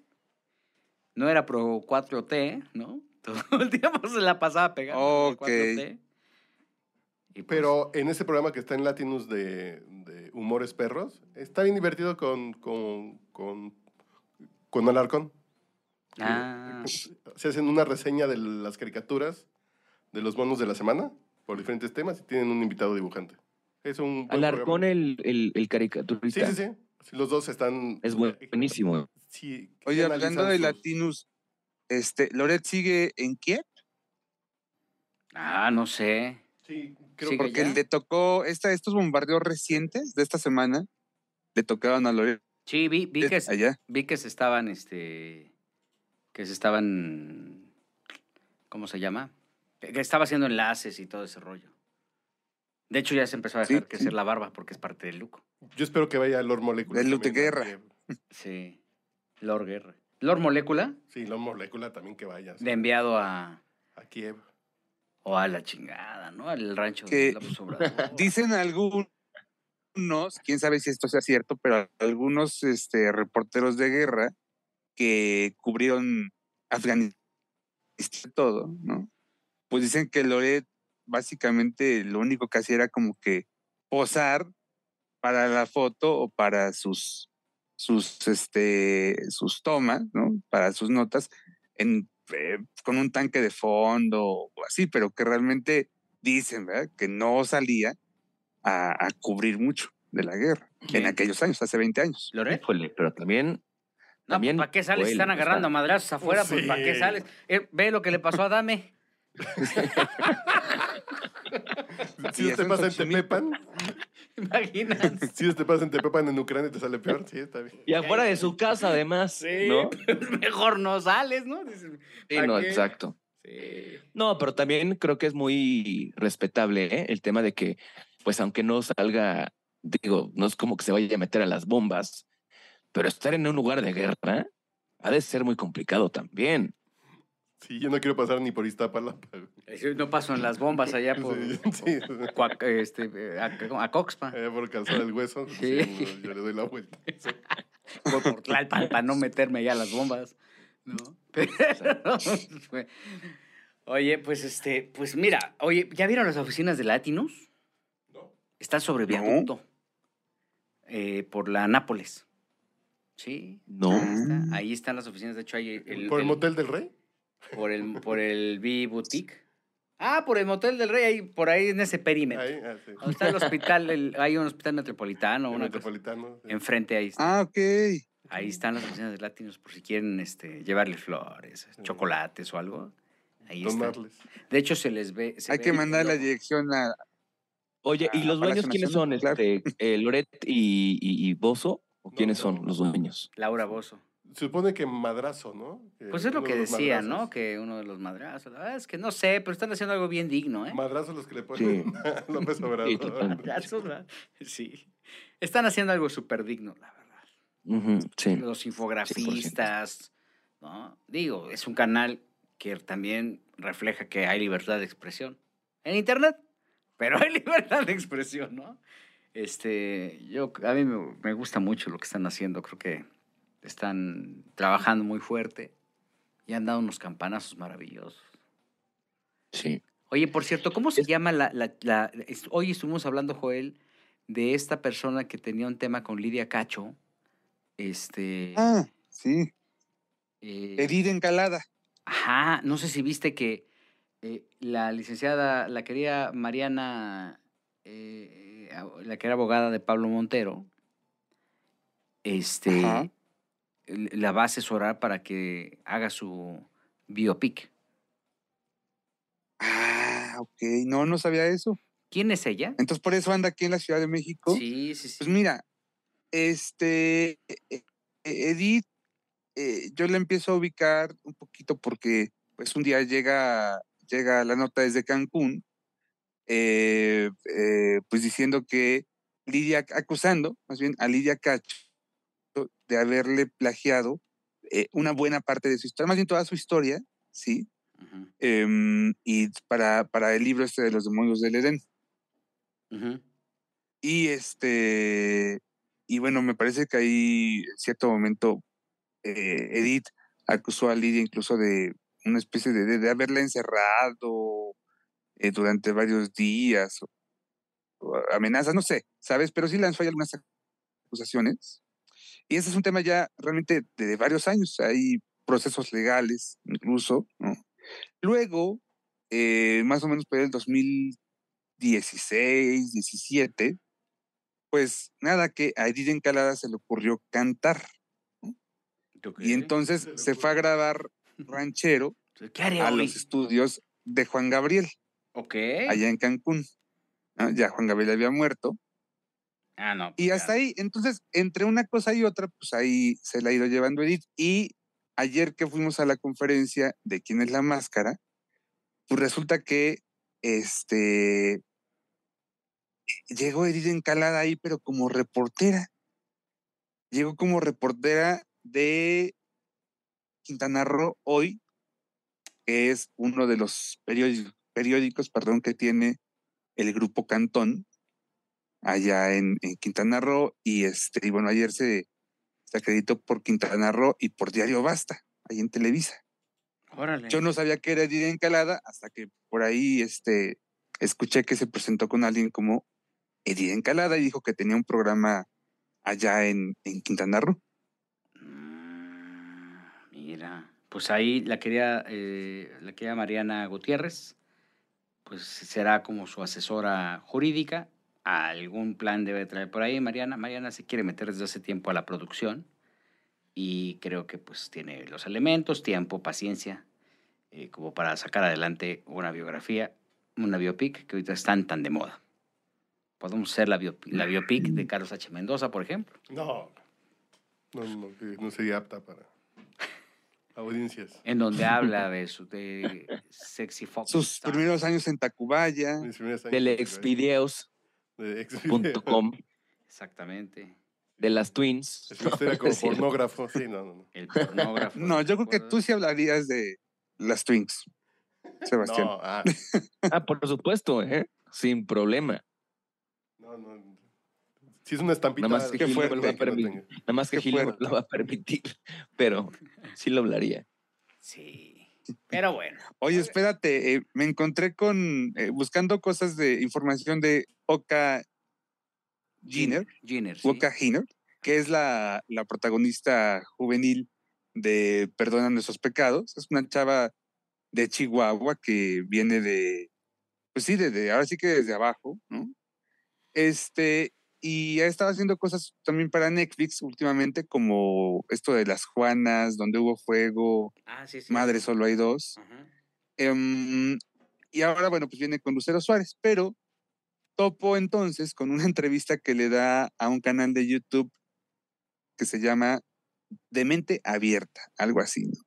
[SPEAKER 2] No era pro 4T, ¿no? *laughs* Todo el tiempo se la pasaba pegando al
[SPEAKER 3] Ok.
[SPEAKER 2] 4T. Y pues,
[SPEAKER 4] Pero en ese programa que está en Latinus de, de Humores Perros, está bien divertido con, con, con, con Alarcón.
[SPEAKER 2] ah,
[SPEAKER 4] Se hacen una reseña de las caricaturas de los monos de la semana por diferentes temas y tienen un invitado dibujante. Es un buen
[SPEAKER 5] Alarcón,
[SPEAKER 4] programa.
[SPEAKER 5] el, el, el
[SPEAKER 4] Sí,
[SPEAKER 5] caricaturista.
[SPEAKER 4] sí, sí. Sí, Los dos están... eh,
[SPEAKER 5] Es buenísimo.
[SPEAKER 4] Sí,
[SPEAKER 3] Oye, hablando
[SPEAKER 4] analizan
[SPEAKER 3] de
[SPEAKER 4] sus-
[SPEAKER 3] latinos, este, ¿Loret sigue en Kiev?
[SPEAKER 2] ah, no sé.
[SPEAKER 4] Sí,
[SPEAKER 2] Sí,
[SPEAKER 4] creo que...
[SPEAKER 2] que-
[SPEAKER 3] Porque
[SPEAKER 2] ya?
[SPEAKER 3] le tocó esta, estos bombardeos recientes de esta semana, le tocaron a Loret
[SPEAKER 2] Sí, vi, vi que, se-
[SPEAKER 3] allá.
[SPEAKER 2] vi que se estaban, este, que se estaban, ¿cómo se llama? Que que estaba haciendo enlaces y todo ese rollo. De hecho, ya se empezó a
[SPEAKER 3] Sí,
[SPEAKER 2] dejar
[SPEAKER 3] sí.
[SPEAKER 2] crecer la barba porque es parte del look.
[SPEAKER 4] Yo espero que vaya Lord Molecula.
[SPEAKER 3] El Lute
[SPEAKER 4] también,
[SPEAKER 3] Guerra.
[SPEAKER 4] que-
[SPEAKER 2] Sí. Lord Guerra. Lord Molécula,
[SPEAKER 4] Sí, Lord Molecula también que vaya. eh.
[SPEAKER 2] de enviado a,
[SPEAKER 4] A Kiev.
[SPEAKER 2] o a la chingada, ¿no? Al rancho de
[SPEAKER 3] Que-
[SPEAKER 2] López *laughs* Obrador.
[SPEAKER 3] Dicen algunos, quién sabe si esto sea cierto, pero algunos este, reporteros de guerra que cubrieron Afganistán y todo, ¿no? Pues dicen que Loret básicamente lo único que hacía era como que posar para la foto o para sus sus este sus tomas, ¿no? Para sus notas en eh, con un tanque de fondo o así, pero que realmente dicen, ¿verdad? Que no salía a, a cubrir mucho de la guerra en
[SPEAKER 2] ¿Quién?
[SPEAKER 3] aquellos años, hace 20 años.
[SPEAKER 2] ¿Loret?
[SPEAKER 5] Híjole, pero también.
[SPEAKER 2] No,
[SPEAKER 5] también
[SPEAKER 2] ¿para qué sales?
[SPEAKER 5] duele,
[SPEAKER 2] Están
[SPEAKER 5] o sea,
[SPEAKER 2] agarrando a madrazos afuera, pues
[SPEAKER 4] sí.
[SPEAKER 2] ¿para qué sales? Eh, ve lo que le pasó a *laughs* Dame.
[SPEAKER 4] Si
[SPEAKER 3] Y
[SPEAKER 4] usted
[SPEAKER 3] eso en
[SPEAKER 4] pasa en
[SPEAKER 3] Xochimilco. *laughs*
[SPEAKER 4] Tepepan,
[SPEAKER 2] ¿Te imaginas?
[SPEAKER 4] Si te pasan, te pepan en Ucrania y te sale peor. Sí, está bien.
[SPEAKER 5] Y afuera de su casa, además.
[SPEAKER 2] Sí,
[SPEAKER 5] ¿no?
[SPEAKER 2] pues *laughs* mejor no sales, ¿no? Dices,
[SPEAKER 5] Sí,
[SPEAKER 2] ¿para
[SPEAKER 5] no,
[SPEAKER 2] qué?
[SPEAKER 5] exacto.
[SPEAKER 2] Sí.
[SPEAKER 5] No, pero también creo que es muy respetable ¿eh? el tema de que, pues aunque no salga, digo, no es como que se vaya a meter a las bombas, pero estar en un lugar de guerra ha de ser muy complicado también.
[SPEAKER 4] Sí, yo no quiero pasar ni por Iztapalapa. güey.
[SPEAKER 2] Sí, No paso en las bombas allá por
[SPEAKER 4] Sí, *laughs* sí.
[SPEAKER 2] Coac- este, eh, a, a Coxpa,
[SPEAKER 4] Allá por calzar el hueso.
[SPEAKER 2] Sí.
[SPEAKER 4] sí, no, yo le doy la vuelta.
[SPEAKER 2] por, por Tlalpan, para no meterme ya a las bombas. ¿no? *laughs* Pero, pues, oye, pues este, pues mira, oye, ¿ya vieron las oficinas de Latinos?
[SPEAKER 4] No.
[SPEAKER 2] Está sobre viaducto. eh, por la Nápoles. Sí.
[SPEAKER 5] No.
[SPEAKER 2] Ahí,
[SPEAKER 4] Mm.
[SPEAKER 3] Ah,
[SPEAKER 2] está. Ahí están las oficinas. De hecho, hay el,
[SPEAKER 4] ¿Por el motel del rey?
[SPEAKER 2] por el, por el B Boutique. Ah, por el Motel del Rey, ahí, por ahí en ese perímetro.
[SPEAKER 4] Ahí, ah, sí.
[SPEAKER 2] Donde está el hospital, el- hay un hospital metropolitano,
[SPEAKER 4] El
[SPEAKER 2] una cosa.
[SPEAKER 4] metropolitano. sí.
[SPEAKER 2] Enfrente ahí está.
[SPEAKER 3] Ah, ok.
[SPEAKER 2] Ahí están las oficinas de Latinos por si quieren este, llevarle flores, chocolates o algo. Ahí está.
[SPEAKER 4] Donarles.
[SPEAKER 2] De hecho, se les ve. se
[SPEAKER 3] Hay
[SPEAKER 2] ve
[SPEAKER 3] que
[SPEAKER 2] el
[SPEAKER 3] mandar la
[SPEAKER 2] logo.
[SPEAKER 3] dirección a.
[SPEAKER 5] Oye, ¿y
[SPEAKER 3] Ah,
[SPEAKER 5] los dueños
[SPEAKER 3] Palacio
[SPEAKER 5] quiénes son?
[SPEAKER 3] Nacional, claro.
[SPEAKER 5] Este, eh, Loret y, y, y Bozo? ¿O
[SPEAKER 4] No,
[SPEAKER 5] quiénes
[SPEAKER 4] no.
[SPEAKER 5] son los dueños?
[SPEAKER 2] Laura Bozo.
[SPEAKER 4] Se supone que madrazo, ¿no? Que
[SPEAKER 2] Pues es lo
[SPEAKER 4] eh, uno
[SPEAKER 2] que
[SPEAKER 4] de los
[SPEAKER 2] decía, ¿no?
[SPEAKER 4] madrazos.
[SPEAKER 2] Que uno de los madrazos. La verdad es que no sé, pero están haciendo algo bien digno, ¿eh?
[SPEAKER 4] Madrazo los que le ponen *laughs* a López
[SPEAKER 5] Sí,
[SPEAKER 4] Obrador.
[SPEAKER 5] totalmente.
[SPEAKER 2] Madrazos, ¿verdad? *laughs* Sí. Están haciendo algo súper digno, la verdad.
[SPEAKER 5] Ujú, sí.
[SPEAKER 2] los infografistas, ¿no? Digo, es un canal que también refleja que hay libertad de expresión. En internet, pero *laughs* hay libertad de expresión, ¿no? Este, yo, a mí me, me gusta mucho lo que están haciendo, creo que están trabajando muy fuerte y han dado unos campanazos maravillosos.
[SPEAKER 5] sí.
[SPEAKER 2] Oye, por cierto, ¿cómo se
[SPEAKER 5] Es-
[SPEAKER 2] llama la... la- la- es- hoy estuvimos hablando, Joel, de esta persona que tenía un tema con Lidia Cacho. Este...
[SPEAKER 3] Ah, sí.
[SPEAKER 2] eh,
[SPEAKER 3] Edith Encalada.
[SPEAKER 2] Ajá, no sé si viste que eh, la licenciada, la querida Mariana, eh, eh, ab- la que era abogada de Pablo Montero, este,
[SPEAKER 3] Ajá.
[SPEAKER 2] l- la va a asesorar para que haga su biopic.
[SPEAKER 3] Ah, ok. No, no sabía eso.
[SPEAKER 2] ¿Quién es ella?
[SPEAKER 3] Entonces, por eso anda aquí en la Ciudad de México.
[SPEAKER 2] Sí, sí,
[SPEAKER 3] Pues mira, este, e- e- Edith, eh, yo la empiezo a ubicar un poquito porque pues un día llega, llega la nota desde Cancún, eh, eh, pues diciendo que Lidia, acusando más bien a Lidia Cacho de haberle plagiado eh, una buena parte de su historia, más bien toda su historia, ¿sí?
[SPEAKER 2] Ujú,
[SPEAKER 3] Em, y para, para el libro este de los demonios del Edén.
[SPEAKER 2] ujú.
[SPEAKER 3] Y este, y bueno, me parece que ahí en cierto momento eh, Edith acusó a Lidia incluso de una especie de, de- de haberla encerrado eh, durante varios días, o, o a- amenazas, no sé, ¿sabes? Pero sí lanzó ahí algunas ac- acusaciones. Y ese es un tema ya realmente de, de varios años, hay procesos legales incluso, ¿no? Luego, eh, más o menos por ahí el 2016, 17, pues nada, que a Edith Encalada se le ocurrió cantar. Y entonces
[SPEAKER 4] Se le
[SPEAKER 3] se fue a grabar
[SPEAKER 4] *laughs*
[SPEAKER 3] ranchero
[SPEAKER 2] ¿Qué haré
[SPEAKER 3] a
[SPEAKER 2] hoy?
[SPEAKER 3] los estudios de Juan Gabriel,
[SPEAKER 2] Ok.
[SPEAKER 3] allá en Cancún. ¿no? Ya Juan Gabriel había muerto.
[SPEAKER 2] Ah, no.
[SPEAKER 3] Y hasta ahí, entonces, entre una cosa y otra, pues ahí se la ha ido llevando Edith. Y ayer que fuimos a la conferencia de quién es la máscara, pues resulta que este llegó Edith Encalada ahí, pero como reportera. Llegó como reportera de Quintana Roo hoy, que es uno de los periódicos, periódicos perdón, que tiene el grupo Cantón allá en, en Quintana Roo y este y bueno ayer se, se acreditó por Quintana Roo y por Diario Basta ahí en Televisa
[SPEAKER 2] Órale.
[SPEAKER 3] yo no sabía que era Edith Encalada hasta que por ahí este escuché que se presentó con alguien como Edith Encalada y dijo que tenía un programa allá en, en Quintana Roo
[SPEAKER 2] Mm, Mira, pues ahí la quería, eh, la querida Mariana Gutiérrez, pues será como su asesora jurídica. Algún plan debe traer por ahí. Mariana, Mariana se quiere meter desde hace tiempo a la producción y creo que pues tiene los elementos, tiempo, paciencia, eh, como para sacar adelante una biografía, una biopic que ahorita están tan de moda. Podemos hacer la, biopi- la biopic de Carlos H. Mendoza, por ejemplo.
[SPEAKER 4] No. No, no, que no sería apta para
[SPEAKER 2] *laughs*
[SPEAKER 4] audiencias.
[SPEAKER 2] En donde habla
[SPEAKER 3] *laughs*
[SPEAKER 2] de su de sexy fox.
[SPEAKER 3] Sus
[SPEAKER 2] Star.
[SPEAKER 3] primeros años en Tacubaya.
[SPEAKER 4] Mis primeros años de-
[SPEAKER 5] Telexvideos.com,
[SPEAKER 4] *laughs* de exvideo.
[SPEAKER 2] Exactamente.
[SPEAKER 5] de las Twins.
[SPEAKER 4] Es que usted era como
[SPEAKER 5] Es cierto.
[SPEAKER 4] pornógrafo. Sí, no, no, no.
[SPEAKER 2] El pornógrafo.
[SPEAKER 3] *laughs* No, yo creo que tú sí hablarías de las Twins, Sebastián.
[SPEAKER 4] No, ah,
[SPEAKER 5] Ah, por supuesto, ¿eh? Sin problema.
[SPEAKER 4] no, no. Sí es una estampita.
[SPEAKER 5] Nada más que
[SPEAKER 4] de
[SPEAKER 3] Gil no me
[SPEAKER 4] gente
[SPEAKER 3] lo va a
[SPEAKER 4] que no
[SPEAKER 5] permitir.
[SPEAKER 4] tenga.
[SPEAKER 5] Nada más que
[SPEAKER 3] Qué
[SPEAKER 5] Gil no
[SPEAKER 3] fuerte.
[SPEAKER 5] lo va a permitir, *laughs* pero sí lo hablaría.
[SPEAKER 2] Sí. Pero bueno.
[SPEAKER 3] Oye, espérate, eh, me encontré con, eh, buscando cosas de información de Oka Giner,
[SPEAKER 2] Giner, sí.
[SPEAKER 3] Oka Giner, que es la, la protagonista juvenil de Perdona Nuestros Pecados. Es una chava de Chihuahua que viene de, pues sí, desde, ahora sí que desde abajo, ¿no? Este, y ha estado haciendo cosas también para Netflix últimamente, como esto de Las Juanas, Donde Hubo Fuego,
[SPEAKER 2] Ah, sí, sí.
[SPEAKER 3] Madre Solo Hay Dos.
[SPEAKER 2] Ajá.
[SPEAKER 3] Em, y ahora, bueno, pues viene con Lucero Suárez, pero topo entonces con una *laughs* entrevista que le da a un canal de YouTube que se llama De Mente Abierta, algo así, ¿no?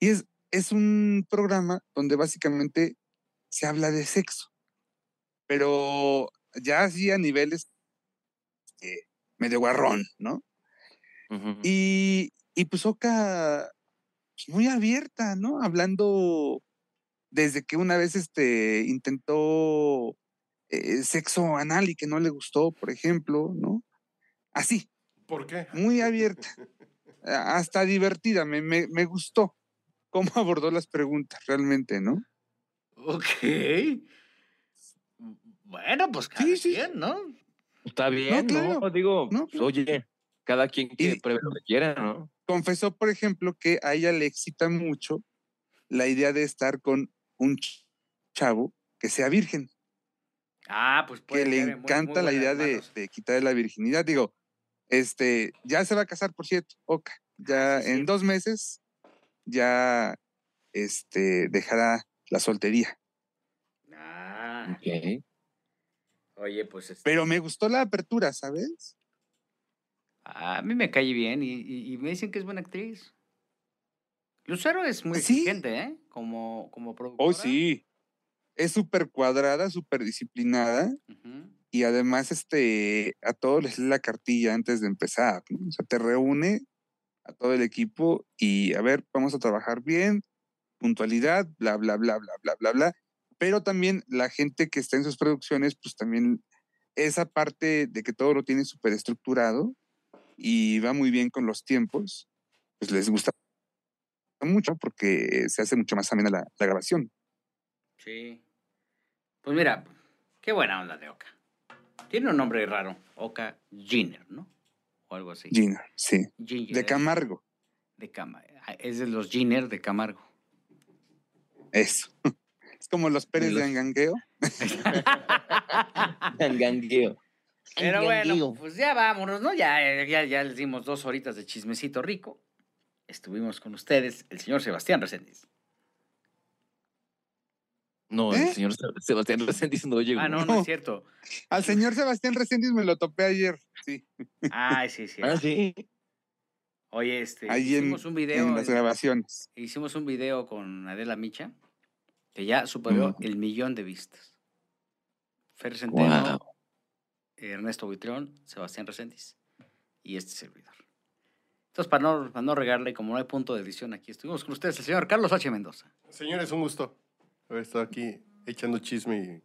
[SPEAKER 3] Y es, es un programa donde básicamente se habla de sexo, pero ya así a niveles eh, medio guarrón, ¿no?
[SPEAKER 5] Ujú.
[SPEAKER 3] Y, y pues Oca pues, muy abierta, ¿no? Hablando desde que una vez este, intentó eh, sexo anal y que no le gustó, por ejemplo, ¿no? Así,
[SPEAKER 4] ¿Por qué?
[SPEAKER 3] muy abierta,
[SPEAKER 4] *laughs*
[SPEAKER 3] a- hasta divertida, me, me, me gustó cómo *laughs* abordó las preguntas realmente, ¿no?
[SPEAKER 2] Ok. Bueno, pues cada
[SPEAKER 3] Sí, sí, sí.
[SPEAKER 2] quien, ¿no?
[SPEAKER 5] Está bien, ¿no?
[SPEAKER 3] claro.
[SPEAKER 5] Digo,
[SPEAKER 3] No,
[SPEAKER 5] pues,
[SPEAKER 3] claro.
[SPEAKER 5] oye, cada quien que
[SPEAKER 3] Y-
[SPEAKER 5] pruebe lo que quiera, ¿no?
[SPEAKER 3] Confesó, por ejemplo, que a ella le excita mucho la idea de estar con un ch- chavo que sea virgen.
[SPEAKER 2] Ah, pues
[SPEAKER 3] que
[SPEAKER 2] puede
[SPEAKER 3] le
[SPEAKER 2] ser en muy- muy
[SPEAKER 3] encanta la
[SPEAKER 2] buenas
[SPEAKER 3] idea de,
[SPEAKER 2] manos.
[SPEAKER 3] de quitarle la virginidad. Digo, este, ya se va a casar, por cierto, Oka. Ya
[SPEAKER 2] Ah, sí,
[SPEAKER 3] en
[SPEAKER 2] sí.
[SPEAKER 3] dos meses ya este, dejará la soltería.
[SPEAKER 2] Ah,
[SPEAKER 3] *laughs*
[SPEAKER 5] Ok.
[SPEAKER 2] oye, pues. este,
[SPEAKER 3] Pero me gustó la apertura, ¿sabes?
[SPEAKER 2] A mí me cae bien y, y- y me dicen que es buena actriz. Lucero es muy
[SPEAKER 3] ¿Ah, Sí.
[SPEAKER 2] exigente, ¿eh? Como, como productora.
[SPEAKER 3] Hoy sí. Es súper cuadrada, súper disciplinada
[SPEAKER 2] Ujú.
[SPEAKER 3] y además este, a todos les lee la cartilla antes de empezar. ¿no? O sea, te reúne a todo el equipo y a ver, vamos a trabajar bien, puntualidad, bla, bla, bla, bla, bla, bla, bla. Pero también la gente que está en sus producciones, pues también esa parte de que todo lo tiene súper estructurado y va muy bien con los tiempos, pues les gusta mucho porque se hace mucho más amena la, la grabación.
[SPEAKER 2] Sí. Pues mira, qué buena onda de Oka. Tiene un nombre raro. Oka Giner, ¿no? O algo así.
[SPEAKER 3] Gina, sí.
[SPEAKER 2] Ginger,
[SPEAKER 3] De
[SPEAKER 2] es-
[SPEAKER 3] Camargo,
[SPEAKER 2] De Cama. ah, Es de los Giner de Camargo.
[SPEAKER 3] eso. *laughs* Es como los Pérez de
[SPEAKER 5] los-
[SPEAKER 3] Angangueo.
[SPEAKER 5] Gangueo.
[SPEAKER 2] Pero bueno,
[SPEAKER 5] Gangueo.
[SPEAKER 2] pues ya vámonos, ¿no? Ya, ya, ya les dimos dos horitas de chismecito rico. Estuvimos con ustedes, el señor Sebastián Reséndiz.
[SPEAKER 5] No,
[SPEAKER 3] ¿Eh?
[SPEAKER 5] el señor Seb- Sebastián recién diciendo, oye,
[SPEAKER 2] Ah, no,
[SPEAKER 5] güey.
[SPEAKER 2] no es
[SPEAKER 3] No.
[SPEAKER 2] cierto.
[SPEAKER 3] Al señor Sebastián Reséndiz me lo topé ayer, sí,
[SPEAKER 2] Ay, sí, sí.
[SPEAKER 3] *laughs*
[SPEAKER 5] Ah, sí.
[SPEAKER 2] Oye, este,
[SPEAKER 3] Ahí en-
[SPEAKER 2] hicimos un video.
[SPEAKER 3] en las grabaciones.
[SPEAKER 2] Hicimos un video con Adela Micha que ya superó
[SPEAKER 5] Ujú.
[SPEAKER 2] el millón de vistas. Fer Centeno,
[SPEAKER 5] Guau.
[SPEAKER 2] Ernesto Buitrón, Sebastián Reséndiz y este servidor. Entonces, para no, para no regarle, como no hay punto de edición aquí, estuvimos con ustedes el señor Carlos H. Mendoza.
[SPEAKER 4] Señores, un gusto haber estado aquí echando chisme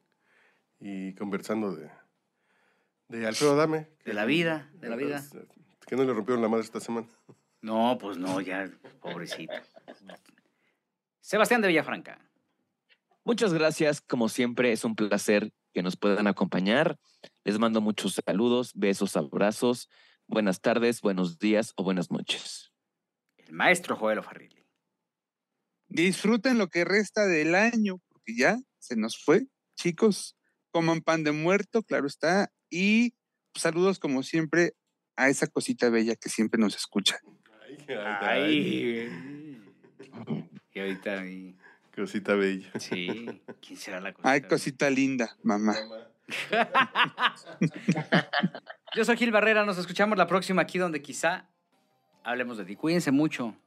[SPEAKER 4] y, y conversando de, de Alfredo Adame.
[SPEAKER 2] De la vida, de la vida.
[SPEAKER 4] Que no le rompieron la madre esta semana.
[SPEAKER 2] No, pues no, ya, pobrecito. Sebastián de Villafranca.
[SPEAKER 5] Muchas gracias, como siempre, es un placer que nos puedan acompañar. Les mando muchos saludos, besos, abrazos, buenas tardes, buenos días o buenas noches.
[SPEAKER 2] El maestro Joel Farrilli.
[SPEAKER 3] Disfruten lo que resta del año, porque ya se nos fue. Chicos, coman pan de muerto, claro está. Y saludos, como siempre, a esa cosita bella que siempre nos escucha.
[SPEAKER 4] Ay,
[SPEAKER 2] Ay. Y ahorita, y-
[SPEAKER 4] Cosita bella.
[SPEAKER 2] sí, ¿quién será la cosa?
[SPEAKER 3] Ay, cosita linda, mamá.
[SPEAKER 2] Yo soy Gil Barrera, nos escuchamos la próxima aquí donde quizá hablemos de ti. Cuídense mucho.